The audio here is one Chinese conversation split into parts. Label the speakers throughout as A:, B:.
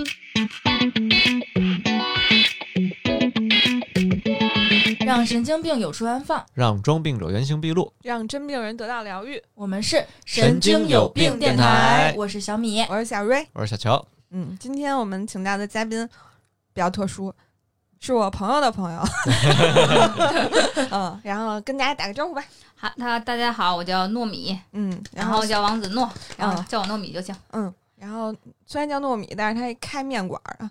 A: 嗯
B: 神经病有处安放，
A: 让装病者原形毕露。
C: 让真病人得到疗愈。
B: 我们是
A: 神经有病电台
B: 我是小米。
C: 我是小瑞，
A: 我是小乔，
C: 嗯，今天我们请到的嘉宾比较特殊，是我朋友的朋友， 嗯，然后跟大家打个招呼吧，
D: 好，大大家好，我叫糯米，
C: 嗯，
D: 然
C: 然后
D: 后叫王子诺，然后
C: 嗯
D: 叫我糯米就行。
C: 嗯，然后虽然叫糯米，但是他开面馆 儿啊，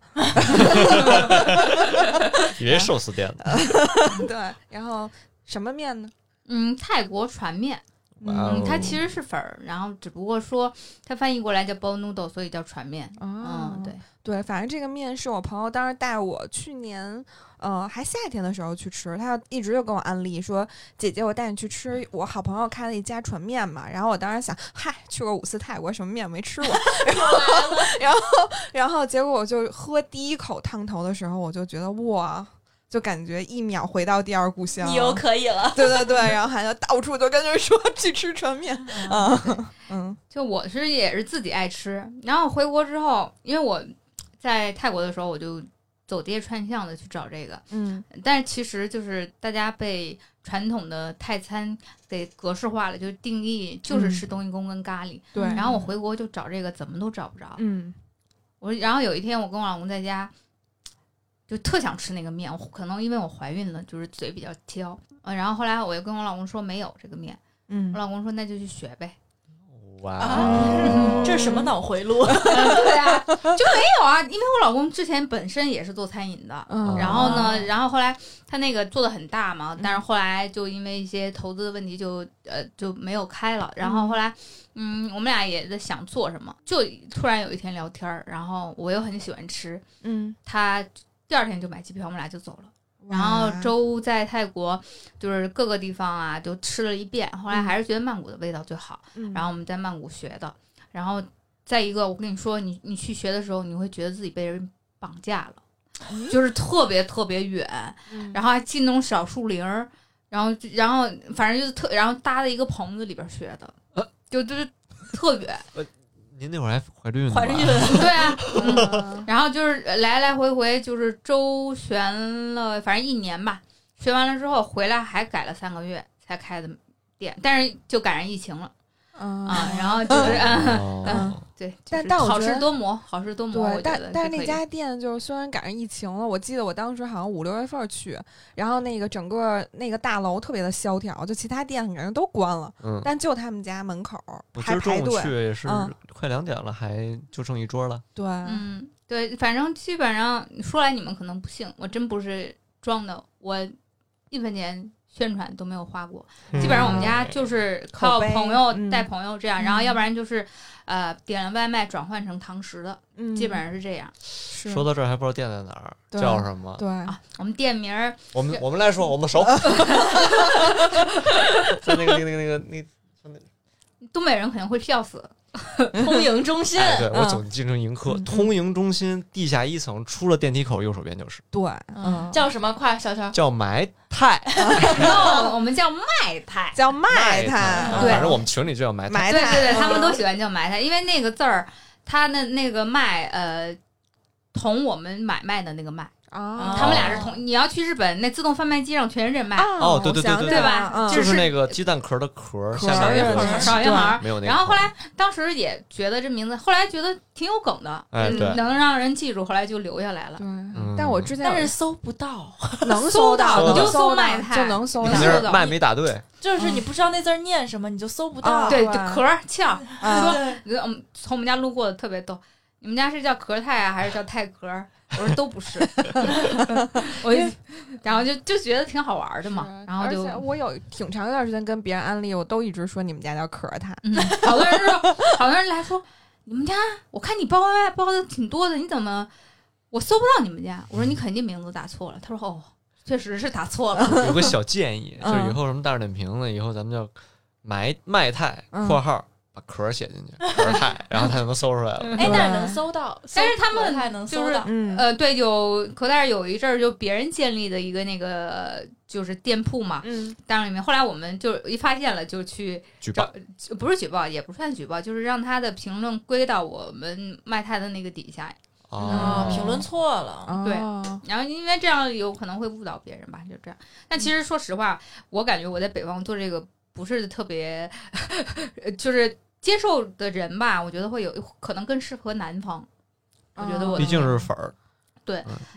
A: 以为寿司店呢。
C: 对，然后什么面呢？
D: 嗯，泰国船面，
A: 哇哦
D: 嗯，它其实是粉儿，然后只不过说它翻译过来叫 bowl noodle，所以叫船面。
C: 哦
D: 嗯，对，
C: 对，反正这个面是我朋友当时带我去年，呃，还夏天的时候去吃，他就一直就跟我安利说：“姐姐，我带你去吃我好朋友开了一家船面嘛。”然后我当时想，嗨，去过五次泰国，什么面没 吃过？然后，然后，然后，结果我就喝第一口汤头的时候，我就觉得哇，就感觉一秒回到第二故乡。
B: 可以了，
C: 对对对，然后还就到处就跟人说去吃船面，嗯嗯
D: 就我是也是自己爱吃，然后回国之后，因为我在泰国的时候，我就走街串巷的去找这个，
C: 嗯
D: 但是其实就是大家被传统的泰餐给格式化了，就定义就是吃冬阴功跟咖喱。
C: 嗯对
D: 然后我回国就找这个，怎么都找不着。
C: 嗯
D: 我然后有一天我跟我老公在家，就特想吃那个面，我可能因为我怀孕了，就是嘴比较挑。嗯，然后后来我就跟我老公说没有这个面，我
C: 嗯，
D: 老公说那就去学呗。
A: 哇
B: 啊
A: 哦，
B: 这是什么脑回路？
A: 嗯
D: 对啊，就没有啊，因为我老公之前本身也是做餐饮的，
C: 嗯
D: 然后
B: 哦
D: 呢，然后后来他那个做的很大嘛，但是后来就因为一些投资的问题就，呃就没有开了。然后后来，嗯，我们俩也在想做什么，就突然有一天聊天儿，然后我又很喜欢吃，
C: 嗯，
D: 他第二天就买机票，我们俩就走了。
C: 哇
D: 然后
C: 嗯
D: 周在泰国就是各个地方啊，就吃了一遍，后来还是觉得曼谷的味道最好。
C: 嗯
D: 然后我们在曼谷学的，然后再一个，我跟你说，你你去学的时候，你会觉得自己被人绑架了，就是特别特别远，
C: 嗯
D: 然后还进那种小树林儿，然后就然后反正就是特，然后搭在一个棚子里边学的，
A: 呃
D: 就就是特远，
A: 您那会儿还怀着孕呢吧
B: 怀着孕，
D: 对啊，嗯
C: 嗯
D: 然后就是呃来来回回就是周旋了，反正一年吧，学完了之后回来还改了三个月才开的店，但是就赶上疫情了啊，然 后就是。嗯
A: 哦
D: 对，就是
C: 嗯但但我
D: 好
C: 觉得
D: 事多磨，好事多磨。我
C: 对，
D: 觉
C: 但
D: 得
C: 但是
D: 可
C: 那
D: 以
C: 家店就是虽然赶上疫情了，我记得我当时好像五六月份儿去，然后那个整个那个大楼特别的萧条，就其他店感觉都关了，
A: 嗯，
C: 但就他们家门口儿
A: 我今
C: 还
A: 儿
C: 排
A: 中午
C: 队。
A: 去也是
C: 嗯
A: 快两点了，还就剩一桌了。
C: 对，
D: 嗯，对，反正基本上说来你们可能不信，我真不是装的，我一分钱宣传都没有花过。
A: 嗯
D: 基本上我们家就是靠
C: 嗯口碑
D: 朋友
C: 嗯
D: 带朋友这样，然后要不然就是呃点了外卖转换成堂食的，
C: 嗯
D: 基本上是这样
C: 是
A: 说到这儿还不知道店在哪儿，
C: 对
A: 叫什么？
C: 对，
D: 啊。我们店名儿
A: 我们我们来说，我们熟。在那个那个那个那个那，
D: 东北人肯定会笑死，
B: 通营中 心，
A: 哎，对我
C: 嗯
A: 总进城盈科
C: 嗯嗯
A: 通营中心地下一层，出了电梯口右手边就是，
C: 对，
D: 嗯
C: 嗯，
B: 叫什么？快，小乔，
A: 叫埋汰。
D: 哦我们叫卖菜。
C: 叫卖
A: 埋
C: 它，
D: 对
A: 反正我们群里就叫埋汰。
C: 埋
D: 对
C: 汰，
D: 对对，他们都
C: 嗯
D: 喜欢叫埋汰，因为那个字儿，他那那个卖呃。同我们买卖的那个卖，
C: 啊，
D: 他们俩是同。你要去日本，那自动贩卖机上全是这卖，
C: 哦
A: 哦对对对对
D: 对吧
C: 嗯
D: 就
A: 就是
D: 是
A: 那个鸡蛋壳的壳，
C: 壳
A: 下
D: 小
A: 面
D: 月
A: 那
D: 孩
A: 个
D: 儿、
C: 是
D: 小月孩儿。
A: 没有那个。
D: 然后后来，当时也觉得这名字，后来觉得挺有梗的，
A: 哎
D: 嗯
A: 对
D: 能让人记住，后来就留下来了。
C: 对
A: 嗯，
C: 但我之前
B: 但是
C: 有
B: 搜不到，
C: 能
D: 搜
C: 到，
A: 到
C: 能
A: 你就
D: 搜
C: 搜
D: 卖
C: 到
D: 它
C: 就能搜
A: 你
C: 到
D: 能
A: 那
D: 搜
A: 儿
D: 到
A: 麦没打对，
B: 就是你不知道那字儿念什么，你就搜不
C: 啊
B: 到。哎
D: 对，
C: 对
D: 就壳儿壳，
C: 啊，
B: 对，
D: 我们嗯从我们家路过的特别逗。你们家是叫壳泰啊，还是叫泰壳儿？我说都不是， 我就然后就就觉得挺好玩儿的嘛
C: 是，啊
D: 然后就
C: 嗯而且我有挺长一段时间跟别人安利，我都一直说你们家叫可儿塔，
D: 嗯，好多人说，好多人来说，你们家我看你包外卖包的挺多的，你怎么我搜不到你们家？我说你肯定名字打错了。他说哦，确实是打 错了。
A: 有个小建议，就
C: 嗯
A: 是以后什么大众点评呢，以后咱们叫埋麦汰（
C: 嗯
A: 括号）把壳写进去，壳太，然后它就能搜出来 了。
B: 哎，但是
C: 对
B: 能搜到，
D: 但是他们
B: 还能搜
D: 就是
B: 到。
C: 嗯
D: 呃，对，有可但是有一阵儿就别人建立的一个那个就是店铺嘛，
C: 嗯
D: 当里面后来我们就一发现了，就去
A: 举报
D: 找，不是举报，也不算举报，就是让他的评论归到我们卖菜的那个底下，
B: 啊，
A: 哦
B: 评论错了，
C: 哦
D: 嗯对然后因为这样有可能会误导别人吧，就这样。但其实说实话，我感觉我在北方做这个不是特别， 就是接受的人吧，我觉得会有可能更适合南方。我觉得
C: 哦
D: 我
A: 毕竟是粉儿，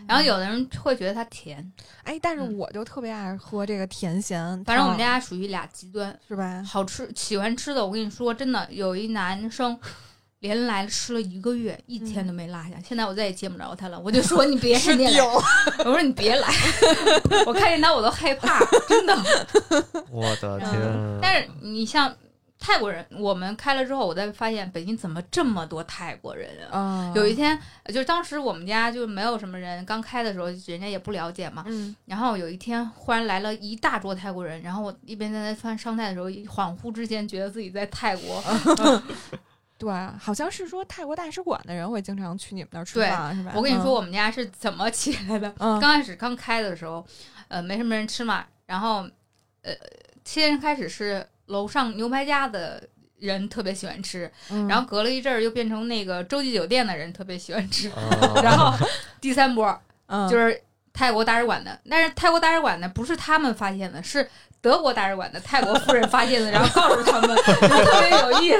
D: 然后有的人会觉得它甜，
C: 哎，但是
D: 嗯
C: 我就特别爱喝这个甜咸汤，
D: 反正我们家属于俩极端，
C: 是吧？
D: 好吃喜欢吃的，我跟你说，真的有一男生。连来吃了一个月，一天都没落下。现在我再也见不着他了，我就说你别
C: 吃
D: 你也
C: 定
D: 来， 我说你别来，我看见他我都害怕，真的。
A: 我的天啊！
D: 但是你像泰国人，我们开了之后，我才发现北京怎么这么多泰国人啊！
C: 啊
D: 有一天，呃就是当时我们家就没有什么人，刚开的时候人家也不了解嘛。
C: 嗯
D: 然后有一天忽然来了一大桌泰国人，然后我一边在那饭上菜的时候，一恍惚之间觉得自己在泰国。
C: 对，好像是说泰国大使馆的人会经常去你们那儿吃
D: 对
C: 饭，是吧？
D: 我跟你
C: 嗯
D: 说，我们家是怎么起来的？
C: 嗯
D: 刚开始刚开的时候，呃，没什么人吃嘛，然后呃，先开始是楼上牛排家的人特别喜欢吃，
C: 嗯
D: 然后隔了一阵儿又变成那个洲际酒店的人特别喜欢吃，
A: 啊
D: 然后 第三波
C: 嗯
D: 就是泰国大使馆的，但是泰国大使馆呢不是他们发现的，是德国大使馆的泰国夫人发现的，然后告诉 他们，就特别有意思。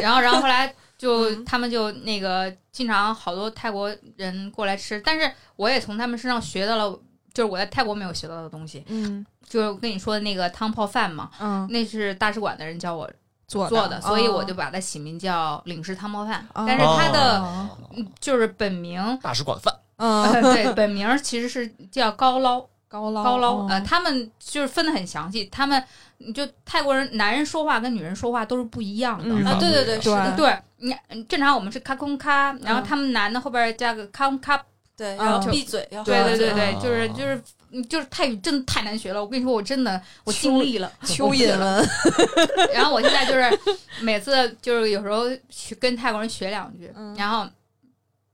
D: 然后，然后后来就
C: 嗯
D: 他们就那个经常好多泰国人过来吃，但是我也从他们身上学到了。就是我在泰国没有学到的东西，
C: 嗯
D: 就是我跟你说的那个汤泡饭嘛，
C: 嗯
D: 那是大使馆的人教我
C: 做
D: 做的，所以我
C: 哦
D: 就把它起名叫领事汤泡饭。
C: 哦
D: 但是它的
C: 哦
D: 嗯就是本名，
A: 大使馆饭，
C: 嗯
D: 啊呃对，本名其实是叫高捞
C: 高捞
D: 高捞。呃，
C: 嗯
D: 他们就是分的很详细，他们你就泰国人男人说话跟女人说话都是不一样的。
C: 嗯
B: 啊，对对对，
A: 对
B: 是的，
D: 对，你嗯正常我们是咔空咔，然后他们男的后边加个咔空咔，
B: 对，
C: 嗯
B: 要闭嘴，要
D: 对
B: 好好
D: 对对
B: 讲
D: 对
A: 啊，
D: 就是就是嗯就是泰语真的太难学了，我跟你说，我真的我尽力了。
C: 蚯 蚓纹，嗯
D: 然后我现在就是 每次就是有时候去跟泰国人学两句，
C: 嗯
D: 然后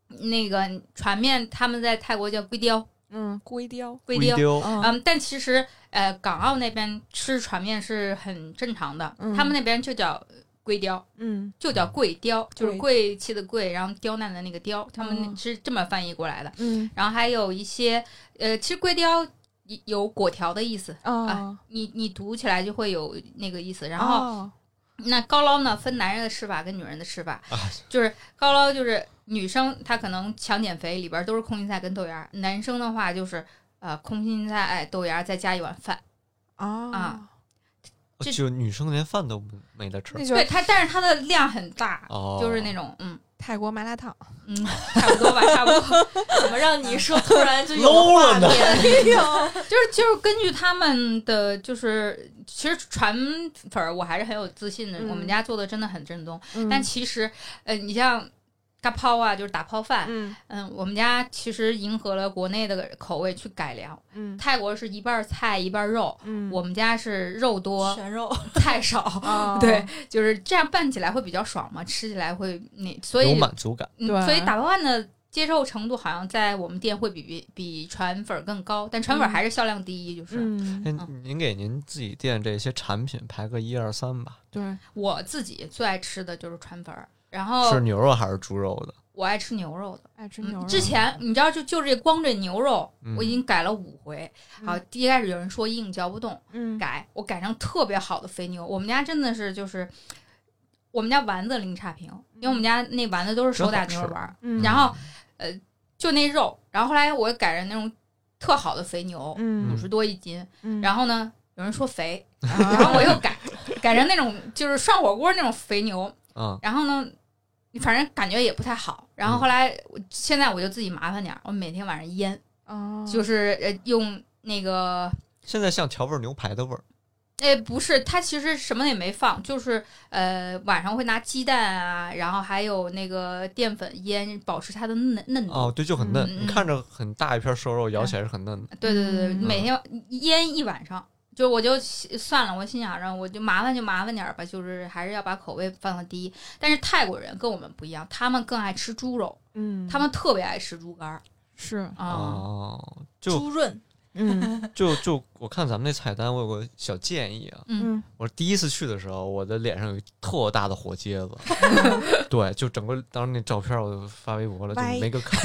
D: 那个船面他们在泰国叫龟雕，
C: 嗯，龟雕，
D: 龟雕。
A: 丢
C: 嗯
D: 嗯，但其实呃，港澳那边吃船面是很正常的，
C: 嗯
D: 他们那边就叫龟雕，
C: 嗯
D: 就叫贵雕，就是
C: 贵
D: 贵气的贵，然后刁难的那个刁，他们
C: 嗯
D: 是这么翻译过来的。
C: 嗯
D: 然后还有一些呃，其实龟雕也有果条的意思，
C: 啊，
D: 你你读起来就会有那个意思。哎然后
C: 后
D: 那高捞呢，分男人的吃法跟女人的吃法，
A: 啊，
D: 就是高捞就是女生她可能想减肥，里边都是空心菜跟豆芽儿；男生的话就是呃空心菜、豆芽儿再加一碗饭。
C: 啊
D: 啊，这
A: 就女生连饭都没得吃
C: 那就是
D: 对它，但是它的量很大，
A: 哦，
D: 就是那种嗯
C: 泰国麻辣烫，
D: 嗯，差 不多吧，差不多，
B: 怎么让你说突然就有
A: Low
B: 画
A: 了呢
B: 面？
D: 就是就是根据他们的就是，其实船粉儿我还是很有自信的，
C: 嗯
D: 我们家做的真的很正宗。
C: 嗯
D: 但其实呃，你像。嘎抛啊，就是打泡饭。
C: 嗯
D: 嗯，我们家其实迎合了国内的口味去改良。
C: 嗯
D: 泰国是一半儿菜一半儿肉，
C: 嗯
D: 我们家是 肉多
B: 全肉，
D: 菜少，
C: 啊
D: 对，就是这样拌起来会比较爽嘛，吃起来会那所
A: 有
D: 以
A: 满足感，
D: 嗯
C: 对啊
D: 所以打包饭的接受程度好像在我们店会比比比船粉儿更高，但船粉儿
C: 嗯
D: 还是销量第一，就是、
C: 嗯
A: 那哎您给您自己店这些产品排个一二三吧，
C: 对，
D: 我自己最爱吃的就是船粉儿，然后
A: 是牛肉还是猪肉的？
D: 我爱吃牛肉的。
C: 爱吃
D: 嗯
C: 牛肉，
D: 之前你知道就就这光这牛肉，
A: 嗯
D: 我已经改了五回。好，第一开始有人说硬嚼不动，
C: 嗯
D: 改，我改成特别好的肥牛。我们家真的是就是，我们家丸子零差评，因为我们家那丸子都是手打牛肉丸儿，
C: 嗯
D: 然后呃就那肉，然后后来我改成那种特好的肥牛，五
C: 嗯
D: 十多一斤。
C: 嗯，啊
D: 然后呢，有人说肥，
C: 然
D: 然后我又改，改成那种就是涮火锅那种肥牛。
A: 嗯，
D: 然后呢，反正感觉也不太好。然后后来我现在我就自己麻烦点儿，我每天晚上腌，
C: 啊
D: 就是呃用那个
A: 现在像调味儿牛排的味儿，
D: 哎，不是，它其实什么也没放，就是呃，晚上会拿鸡蛋啊，然后还有那个淀粉腌，保持它的嫩嫩度。
A: 哦，对，就很嫩，
D: 嗯嗯
A: 你看着很大一片瘦肉，咬起来是很嫩的。
D: 对对对，
C: 嗯
D: 每天腌一晚上，就我就算了，我心想着我就麻烦就麻烦点儿吧，就是还是要把口味放到第一。但是泰国人跟我们不一样，他们更爱吃猪肉，
C: 嗯，
D: 他们特别爱吃猪肝儿
C: 是
D: 啊。
A: 哦，就
B: 猪润，
C: 嗯
A: 哦就就我看咱们那菜单，我有个小建议啊。
D: 嗯，
C: 嗯
A: 我第一次去的时候，我的脸上有一特大的火疖 子，对，就整个当时那照片我就发微博了，就
C: 歪
A: 没个看。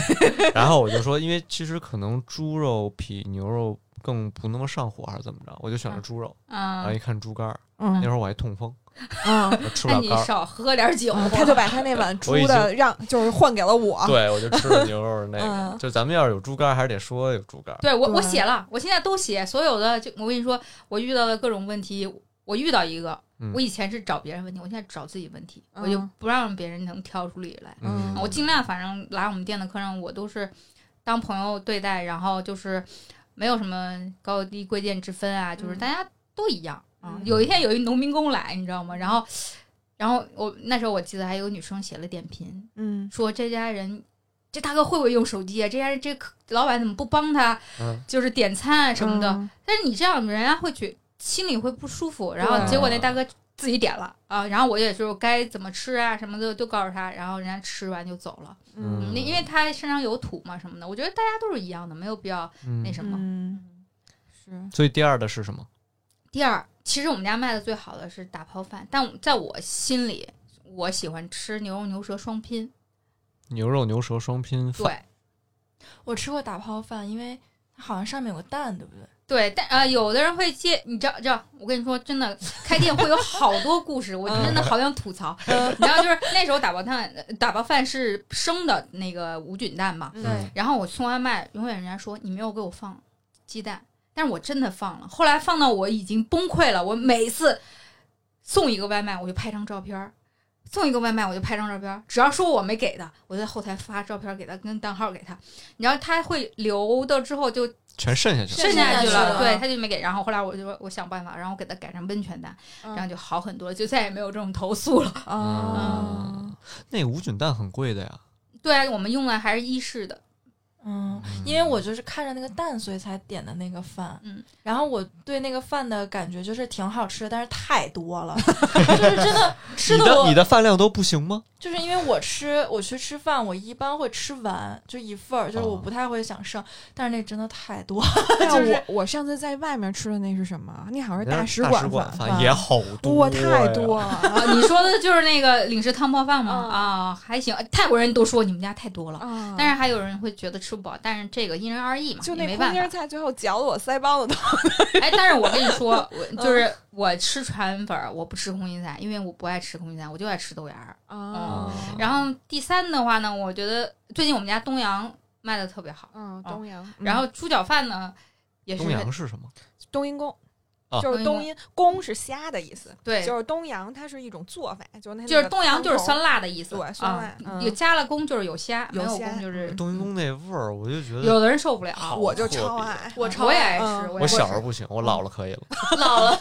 A: 然后我就说，因为其实可能猪肉比牛肉更不那么上火，还是怎么着，我就选了猪肉。然后
D: 嗯
A: 一看猪肝儿，那
C: 嗯
A: 会儿我还痛风，
C: 嗯，
A: 我吃不
D: 那
A: 了
D: 你
A: 肝儿。啊
D: 少喝点酒，
C: 他就把他那碗猪
A: 我已
C: 的
A: 经
C: 让就是换给了我。
A: 对，我就吃了牛肉 那个。
C: 嗯
A: 就咱们要是有猪肝儿，还是得说有猪肝儿。
D: 对我，
C: 对
D: 我写了，我现在都写所有的。就我跟你说，我遇到的各种问题，我遇到一个，
A: 嗯
D: 我以前是找别人问题，我现在找自己问题，
C: 嗯
D: 我就不让别人能挑出理来。
C: 嗯
D: 我尽量，反正来我们店的客人，我都是当朋友对待，然后就是没有什么高低贵贱之分啊，就是
C: 嗯
D: 大家都一样啊。
C: 嗯
D: 有一天有一农民工来，你知道吗？然后，然后我那时候我记得还有女生写了点评，
C: 嗯
D: 说这家人。这大哥会不会用手机啊？这家人这客老板怎么不帮他？
A: 嗯，
D: 就是点餐啊什么的。
C: 嗯
D: 但是你这样，人家会觉心里会不舒服。然
C: 对
D: 后结果那大哥自己点了啊，然后我也就是该怎么吃啊什么的都告诉他，然后人家吃完就走了。
A: 嗯
D: 那、因为他身上有土嘛什么的，我觉得大家都是一样的，没有必要
A: 嗯
D: 那什么。
C: 嗯是
A: 所以第二的是什么？
D: 第二，其实我们家卖的最好的是打泡饭，但我在我心里，我喜欢吃牛肉牛舌双拼。
A: 牛肉牛舌双拼饭。
D: 对
B: 我吃过打泡饭，因为它好像上面有个蛋，对不对？
D: 对，但呃，有的人会接，你知道，知道，我跟你说，真的，开店会有好多故事，我真的好想吐槽。
C: 嗯
D: 然后就是那时候打包饭，呃打包饭是生的那个无菌蛋嘛。
A: 嗯
D: 然后我送外卖，永远人家说你没有给我放鸡蛋，但是我真的放了。后来放到我已经崩溃了，我每次送一个外卖，我就拍张照片儿。送一个外卖我就拍张照片儿，只要说我没给的，我在后台发照片儿给他，跟单号给他。你知道他会留的之后就
A: 全渗下去了。
D: 剩下去
B: 去了
D: 对，他就没给。然后后来我就我想办法，然后给他改成温泉蛋，
C: 嗯
D: 这样就好很多了，就再也没有这种投诉了。
C: 啊，
A: 那个无菌蛋很贵的呀。
D: 对我们用的还是伊式的，
B: 嗯，因为我就是看着那个蛋，所以才点的那个饭。
D: 嗯，
B: 然后我对那个饭的感觉就是挺好吃的，但是太多了， 就是真的吃
A: 你
B: 的
A: 的
B: 我
A: 你的饭量都不行吗？
B: 就是因为我吃我去吃饭，我一般会吃完就一份儿，就是我
A: 哦
B: 不太会想剩，但是那真的太多
C: 但
B: 就是
C: 我我上次在外面吃的那是什么？那好像是
A: 人家
C: 使
A: 馆
C: 馆饭，
A: 饭也好多，
C: 哇，太。多 了
D: 啊，你说的就是那个领食汤泡饭吗？
B: 嗯
D: 啊，还行。泰国人都说你们家太多了，
C: 啊！
D: 但是还有人会觉得吃不饱，但是这个因人而异嘛，
C: 就
D: 也
C: 那
D: 没
C: 空
D: 办
C: 心儿
D: 法。
C: 菜，最后嚼的我腮帮子疼。
D: 哎，但是我跟你说，我就是我吃船粉儿，我不吃空心菜，因为我不爱吃空心菜，我就爱吃豆芽儿。
C: 啊
A: 嗯
D: 然后第三的话呢，我觉得最近我们家东阳卖的特别好，
C: 嗯，东阳，
D: 然后猪脚饭呢也是
A: 东阳是什么？
C: 冬阴功
A: 啊。
C: 就是冬
D: 冬
C: 阴功是虾的意思，
D: 对，
C: 就是东阳，它是一种做法，就是那
D: 就是东阳就是酸
C: 辣，
D: 辣的意思，
C: 对酸辣
D: 啊
C: 嗯
D: 有加了工就是有虾，
C: 有
D: 没有
C: 虾
D: 工就是
A: 冬阴功那味儿，我就觉得
D: 有的人受不了。
A: 好
C: 我就
A: 特
C: 超
A: 别
C: 爱。
B: 我超
D: 我也
B: 爱
D: 爱
C: 嗯
D: 吃，我也
A: 我
D: 爱吃
A: 小时候不行，我老了可以了。
B: 老了，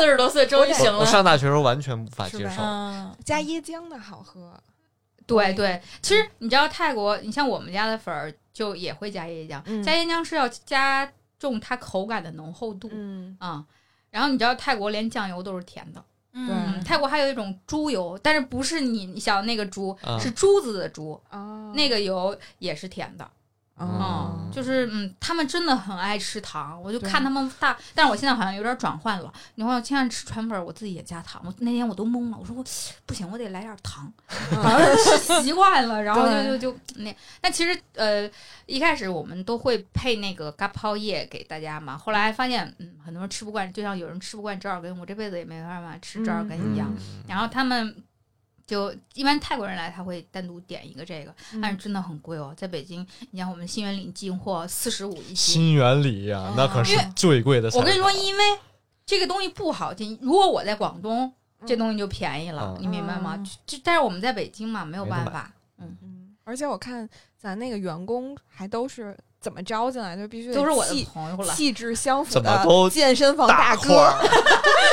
B: 四十多岁 终于行
A: 我我
B: 了。
A: 上大学时候完全无法接
C: 是
A: 受。
B: 嗯，
C: 加椰浆的好喝，
D: 对对，其实你知道泰国，你像我们家的粉儿就也会加椰浆，
C: 嗯
D: 加椰浆是要加重它口感的浓厚度
C: 嗯，
D: 啊、然后你知道泰国连酱油都是甜的，
B: 嗯，
D: 泰国还有一种猪油，但是不是你你想那个猪，
A: 嗯
D: 是珠子的猪，
B: 嗯
C: 啊，
D: 那个油也是甜的。
C: 啊
A: 嗯
D: 就是嗯，他们真的很爱吃糖，我就
C: 对
D: 看他们大，但是我现在好像有点转换了。你看我现在吃川粉儿，我自己也加糖，我那天我都懵了，我说我不行，我得来点糖，好像是习惯了，然后就
C: 对
D: 就就那那其实呃一开始我们都会配那个嘎泡叶给大家嘛，后来发现嗯很多人吃不惯，就像有人吃不惯折耳根，我这辈子也没办法吃折耳根一样。
A: 嗯
D: 然后他们就一般泰国人来，他会单独点一个这个，但是
C: 嗯
D: 真的很贵哦，在北京，你像我们新源里进货四十五一斤。
A: 新源里呀，那可是
D: 因
B: 为
A: 最贵的菜
D: 我
A: 了。
D: 跟你说，因为这个东西不好进，如果我在广东，这东西就便宜了，
A: 嗯
D: 你明白吗
C: 嗯？
D: 就但是我们在北京嘛，没有
A: 没得买
D: 办法，
C: 嗯，而且我看咱那个员工还都是怎么招进来，就必须得
D: 都是我的
C: 气
D: 朋友了，
C: 气质相符
A: 怎么
C: 的
A: 都
C: 健身房大
A: 块
C: 哥，
A: 儿，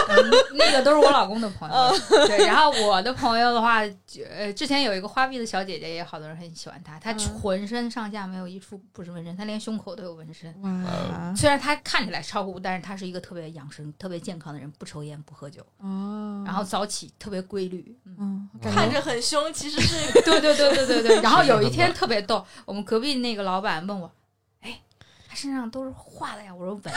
D: 嗯那个都是我老公的朋友。对，然后我的朋友的话，就呃，之前有一个花臂的小姐姐，也有好多人很喜欢她，她
C: 嗯
D: 浑身上下没有一处不是纹身，她连胸口都有纹身。
C: 哇
D: 虽然她看起来超酷，但是她是一个特别养生、特别健康的人，不抽烟不喝酒，
C: 哦，
D: 然后早起特别规律。 嗯。
C: 嗯，感
B: 看
C: 觉
B: 着很凶，其实是
D: 对对对对对对。然后有一
A: 是
D: 天
A: 的
D: 特别逗，我们隔壁那个老板问我：“哎，他身上都是画的呀， 我说纹的。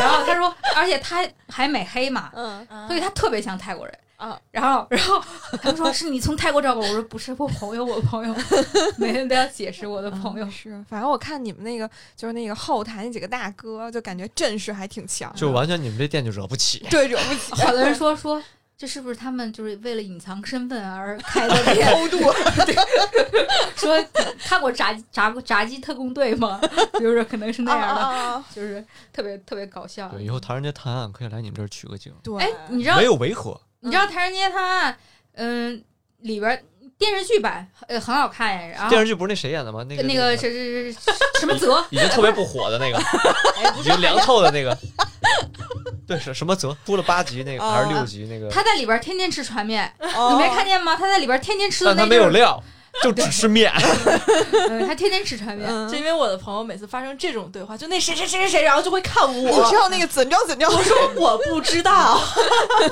D: 然后他说，而且他还美黑嘛，
C: 嗯
B: 啊
D: 所以他特别像泰国人。
C: 啊，
D: 然后，然后他们说是你从泰国找过来，我说不是，我朋友，我朋友， 每天都要解释我的朋友。
C: 嗯是，反正我看你们那个就是那个后台那几个大哥，就感觉阵势还挺强的，
A: 就完全你们这店就惹不起。
C: 对惹不 起，
D: 好多人说说这是不是他们就是为了隐藏身份而开的店？
C: 偷渡，
D: 说看过炸炸炸鸡特工队吗？就是可能是
C: 啊
D: 那样的，
C: 的，
D: 就是特别特别搞笑。啊
A: 对，以后唐人街探案可以来你们这儿取个景，
C: 对，
D: 哎，你知道
A: 没有违和。
D: 你知道《唐人街探案》嗯里边儿电视剧版呃很好看呀，然后
A: 电视剧不是那谁演的吗？那个
D: 那个谁谁谁什么泽
A: 已经特别不火的那 个，
D: 哎
A: 已经凉透的那个，对，是什么泽出了八集那个
C: 哦
A: 还是六集那个？
D: 啊他在里边儿天天吃船面，
C: 你
D: 你没看见吗？他在里边儿天天吃的
A: 但
D: 那
A: 他
D: 就
A: 没有
D: 是，
A: 料，就只吃 面。
D: 嗯他天天吃船面。
C: 嗯
B: 就因为我的朋友每次发生这种对话，就那谁谁谁谁谁，然后就会看
C: 你
B: 我
C: 知。道那个怎着怎着？
B: 我说我不知道，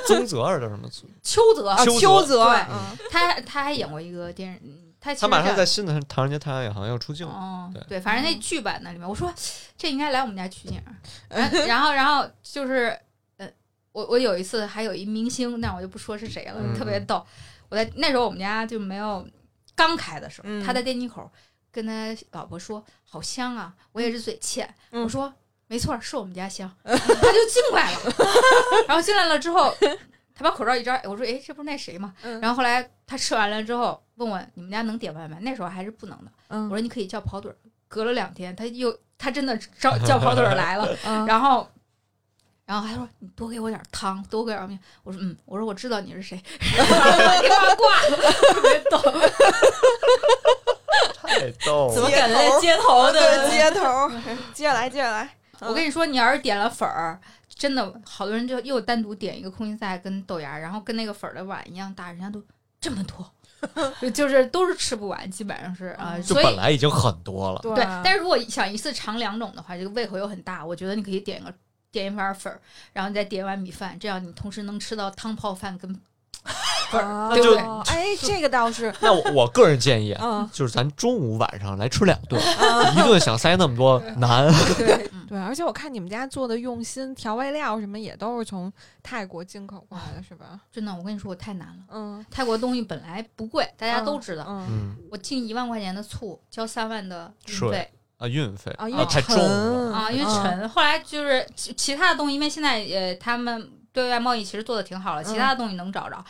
A: 宗泽尔的什么泽？
D: 邱泽
A: 啊，邱
C: 邱
A: 泽
C: 泽，
D: 对
C: 嗯
D: 他他还演过一个电视，嗯他其实
A: 他马上
D: 是
A: 在新的《唐人街探案》也好像要出镜了。
D: 哦
A: 对，
D: 对，反正那剧版的里面，我说这应该来我们家取景儿，然后然后然后就是，呃，我我有一次还有一明星，但我就不说是谁了，
A: 嗯
D: 特别逗。我在那时候我们家就没有刚开的时候，
C: 嗯
D: 他在电梯口跟他老婆说：“好香啊！”我也是嘴欠，
C: 嗯
D: 我说：“没错，是我们家香。”他就进来了， 然后进来了之后，他把口罩一摘，我说：“哎，这不是那谁吗？”
C: 嗯
D: 然后后来他吃完了之后问我：“你们家能点外卖？”那时候还是不能的。我
C: 嗯
D: 说你可以叫跑腿儿。隔了两天，他又他真的叫叫跑腿儿来了，
C: 嗯，
D: 然后。然后还说你多给我点儿汤，多给我点儿面。我说嗯，我说我知道你是谁，然后把电话挂了，特别逗。
A: 太逗
B: 怎
A: 了！
B: 么感觉在街头
C: 啊对
B: 的
C: 街头，接着来，接着来，
D: 我跟你说，你要是点了粉儿，真的好多人就又单独点一个空心菜跟豆芽儿，然后跟那个粉儿的碗一样大，人家都这么多， 就就是都是吃不完，基本上是啊、呃
A: 就
D: 所以
A: 本来已经很多了，
C: 对啊
D: 对，但是如果想一次尝两种的话，这个胃口又很大，我觉得你可以点一个点一碗粉儿，然后你再点一碗米饭，这样你同时能吃到汤泡饭 跟粉儿。
C: 啊
D: 对不对
C: 哎，这个倒 是，
A: 那我我个人建议，啊
C: 嗯，
A: 就是咱中午晚上来吃两顿，一顿想塞那么多难。
D: 哦对，嗯
C: 对，而且我看你们家做的用心，调味料什么也都是从泰国进口过来的，是吧？
D: 真的，我跟你说，我太难了。
C: 嗯，
D: 泰国东西本来不贵，大家都知道。
C: 嗯，
A: 嗯
D: 我进一万块钱的醋，交三万的运
A: 税
D: 费
A: 啊，运费
D: 哦
C: 啊，因为
A: 太重了。
C: 沉
D: 啊，因为
C: 嗯
D: 沉。后来就是其其他的东西，因为现在呃，他们对外贸易其实做的挺
C: 嗯
D: 好了，其他的东西能找着。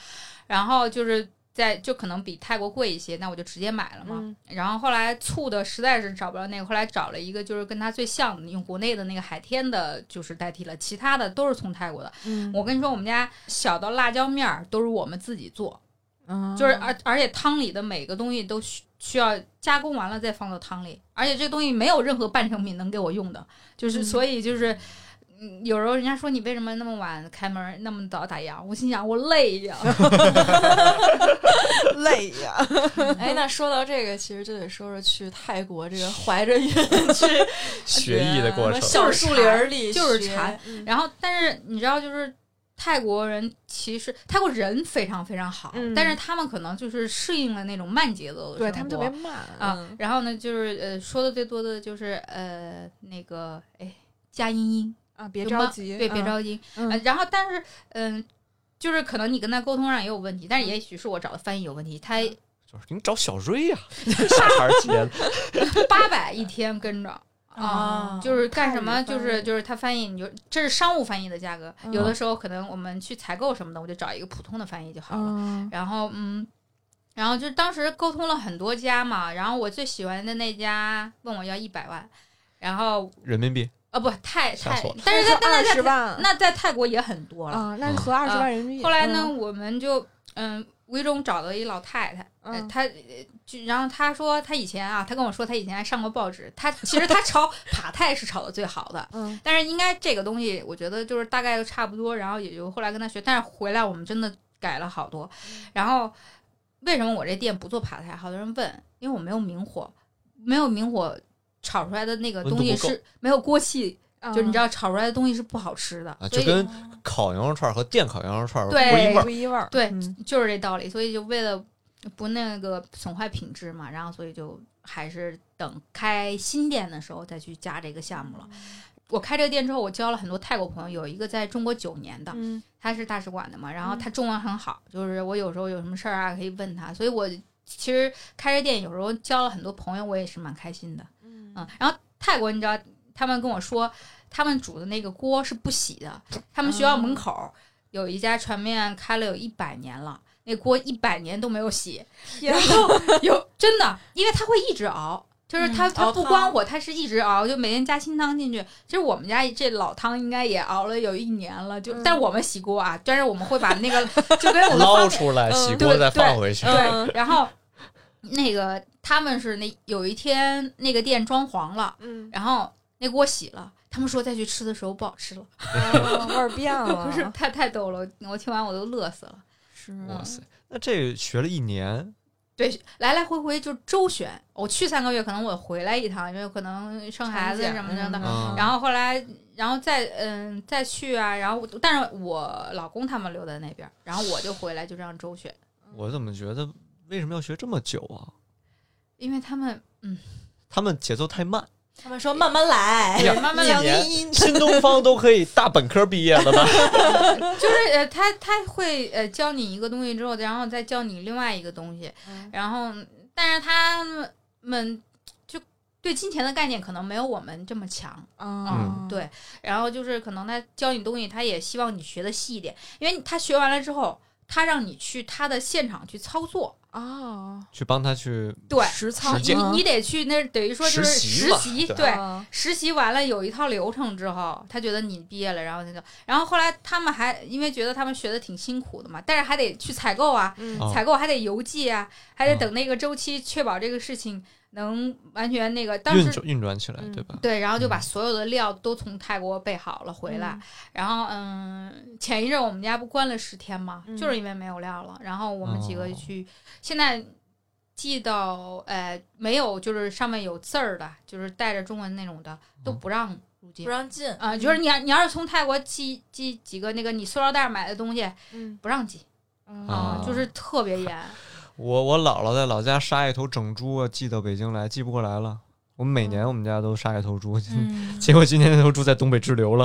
D: 然后就是在就可能比泰国贵一些，那我就直接买了嘛。
C: 嗯
D: 然后后来醋的实在是找不着那个，后来找了一个就是跟它最像的，用国内的那个海天的，就是代替了，其他的都是从泰国的。
C: 嗯
D: 我跟你说，我们家小到辣椒面儿都是我们自己做，
C: 嗯，
D: 就是而而且汤里的每个东西都需需要加工完了再放到汤里，而且这个东西没有任何半成品能给我用的，就是、
C: 嗯
D: 所以就是。嗯，有时候人家说你为什么那么晚开门，那么早打烊？我心想我累呀。
C: 累呀，
B: 哎，那说到这个，其实就得说说去泰国这个怀着孕去啊
A: 学艺的过
D: 啊
B: 什么
A: 程，
B: 小树林儿里
D: 就是
B: 学
D: 馋然后，但是你知道，就是泰国人其实泰国人非常非常好，
C: 嗯
D: 但是他们可能就是适应了那种慢节奏 的
C: 对
D: 生
C: 他们特嗯
D: 活
C: 别慢
D: 啊。然后呢，就是呃，说的最多的就是呃那个哎加音音，
C: 啊，别
D: 就
C: 着
D: 慢
C: 急，
D: 对，别
C: 嗯
D: 着急。
C: 嗯
D: 呃然后，但是嗯、就是可能你跟他沟通上也有问题，但是也许是我找的翻译有问题。他
C: 嗯
A: 就是你找小瑞呀，傻孩儿接的。
D: 八百一天跟着。啊
C: 哦
B: 啊，
D: 就是干
C: 泰
D: 什
C: 语
D: 么？就
C: 翻译
D: 是就是他翻译，你就这是商务翻译的价格。
A: 嗯
D: 有的时候可能我们去采购什么的，我就找一个普通的翻译就好了。
C: 嗯
D: 然后嗯，然后就是当时沟通了很多家嘛，然后我最喜欢的那家问我要一百万，然后
A: 人民币
D: 呃不泰
A: 吓
D: 泰
A: 死我了，
D: 但是在但
C: 二
D: 是在
C: 十万
D: 那在泰国也很多了。
C: 啊，那合二十
D: 啊
C: 万人民币。
D: 后来呢，
C: 嗯？
D: 我们就嗯无意中找到一老太太，呃
C: 嗯
D: 她呃就然后她说她以前啊，她跟我说她以前还上过报纸，她其实她炒 塔泰是炒的最好的。
C: 嗯
D: 但是应该这个东西，我觉得就是大概都差不多，然后也就后来跟他学，但是回来我们真的改了好多。然后为什么我这店不做扒菜？好多人问，因为我没有明火，没有明火炒出来的那个东西
A: 温度不够
D: 是没有锅气，
C: 嗯，
D: 就是你知道炒出来的东西是不好吃的
A: 啊，，
D: 所
A: 就
D: 以
A: 跟烤羊肉串儿和电烤羊肉串儿不
D: 对
A: 一味儿。
C: 不一味儿，
D: 对
C: 嗯
D: 就是这道理。所以就为了不那个损坏品质嘛，然后所以就还是等开新店的时候再去加这个项目了。我开这个店之后，我交了很多泰国朋友，有一个在中国九年的，
C: 嗯
D: 他是大使馆的嘛，然后
C: 嗯
D: 他中文很好，就是我有时候有什么事儿啊可以问他，所以我其实开着店有时候交了很多朋友，我也是蛮开心的，嗯，然后泰国你知道他们跟我说，他们煮的那个锅是不洗的，他们学校门口儿有一家船面开了有一百年了。那锅一百年都没有洗，
C: 天
D: 然后 有真的，因为它会一直熬，就是它、
B: 嗯
D: 它
B: 熬
D: 不
B: 汤
D: 光火，它是一直熬，就每天加新汤进去。其实我们家这老汤应该也熬了有一年了，就、
C: 嗯
D: 但我们洗锅啊，但是我们会把那个 就跟我们
A: 捞
D: 放
A: 出来，
D: 嗯
A: 洗
D: 对
A: 锅再
D: 对
A: 放回去。
C: 嗯
D: 对，然后那个他们是那有一天那个店装潢了，
C: 嗯，
D: 然后那锅洗了，他们说再去吃的时候不好吃了，
C: 哦味儿变了，
D: 不是太太逗了，我听完我都乐死了。
C: 是
A: 哇塞，那这个学了一年，
D: 对，来来回回就周旋。我去三个月，可能我回来一趟，因为可能生孩子什么的。
A: 嗯
D: 然后后来，然后再嗯再去啊，然后我但是我老公他们留在那边，然后我就回来就这样周旋，
A: 我怎么觉得为什么要学这么久啊？
D: 因为他们
A: 他们节奏太慢，
B: 他啊们说慢慢来，
A: 呀
D: 哎慢慢
A: 一
D: 来，
A: 年新东方都可以大本科毕业了 吧？
D: 就是呃他他会呃教你一个东西之后，然后再教你另外一个东西，
C: 嗯
D: 然后但是他们就对金钱的概念可能没有我们这么强，
C: 嗯，
D: 对，然后就是可能他教你东西，他也希望你学的细一点，因为他学完了之后，他让你去他的现场去操作，
C: 哦，
A: 去帮他去，
D: 对
C: 实操
A: 实
D: 你
A: 践
D: 你得去那等于说就是
A: 实习
D: 实
A: 嘛
D: 习，
A: 对
D: 对，
C: 哦啊
D: 实习完了有一套流程之后，他觉得你毕业了，然后他就，然后后来他们还因为觉得他们学的挺辛苦的嘛，但是还得去采购啊，
C: 嗯
A: 哦
D: 采购还得邮寄啊，还得
A: 哦
D: 等那个周期，确保这个事情能完全那个。当
A: 运
D: 时
A: 转运转起来，对
C: 嗯
A: 吧？
D: 对，然后就把
A: 嗯
D: 所有的料都从泰国备好了回来，，然后嗯，前一阵我们家不关了十天嘛，
C: 嗯
D: 就是因为没有料了，然后我们几个
A: 哦
D: 去，现在寄到呃没有就是上面有字儿的，就是带着中文那种的都
A: 嗯
D: 不让入境
B: 不。让进。
D: 啊、就是你要你要是从泰国寄寄几个那个你塑料袋买的东西
C: 嗯
D: 不让寄啊、
A: 啊
D: 就是特别严。
A: 我我姥姥在老家杀一头整猪啊，寄到北京来，寄不过来了。我们
D: 嗯
A: 每年我们家都杀一头猪，
B: 嗯，
A: 结果今年那头猪在东北滞留 了，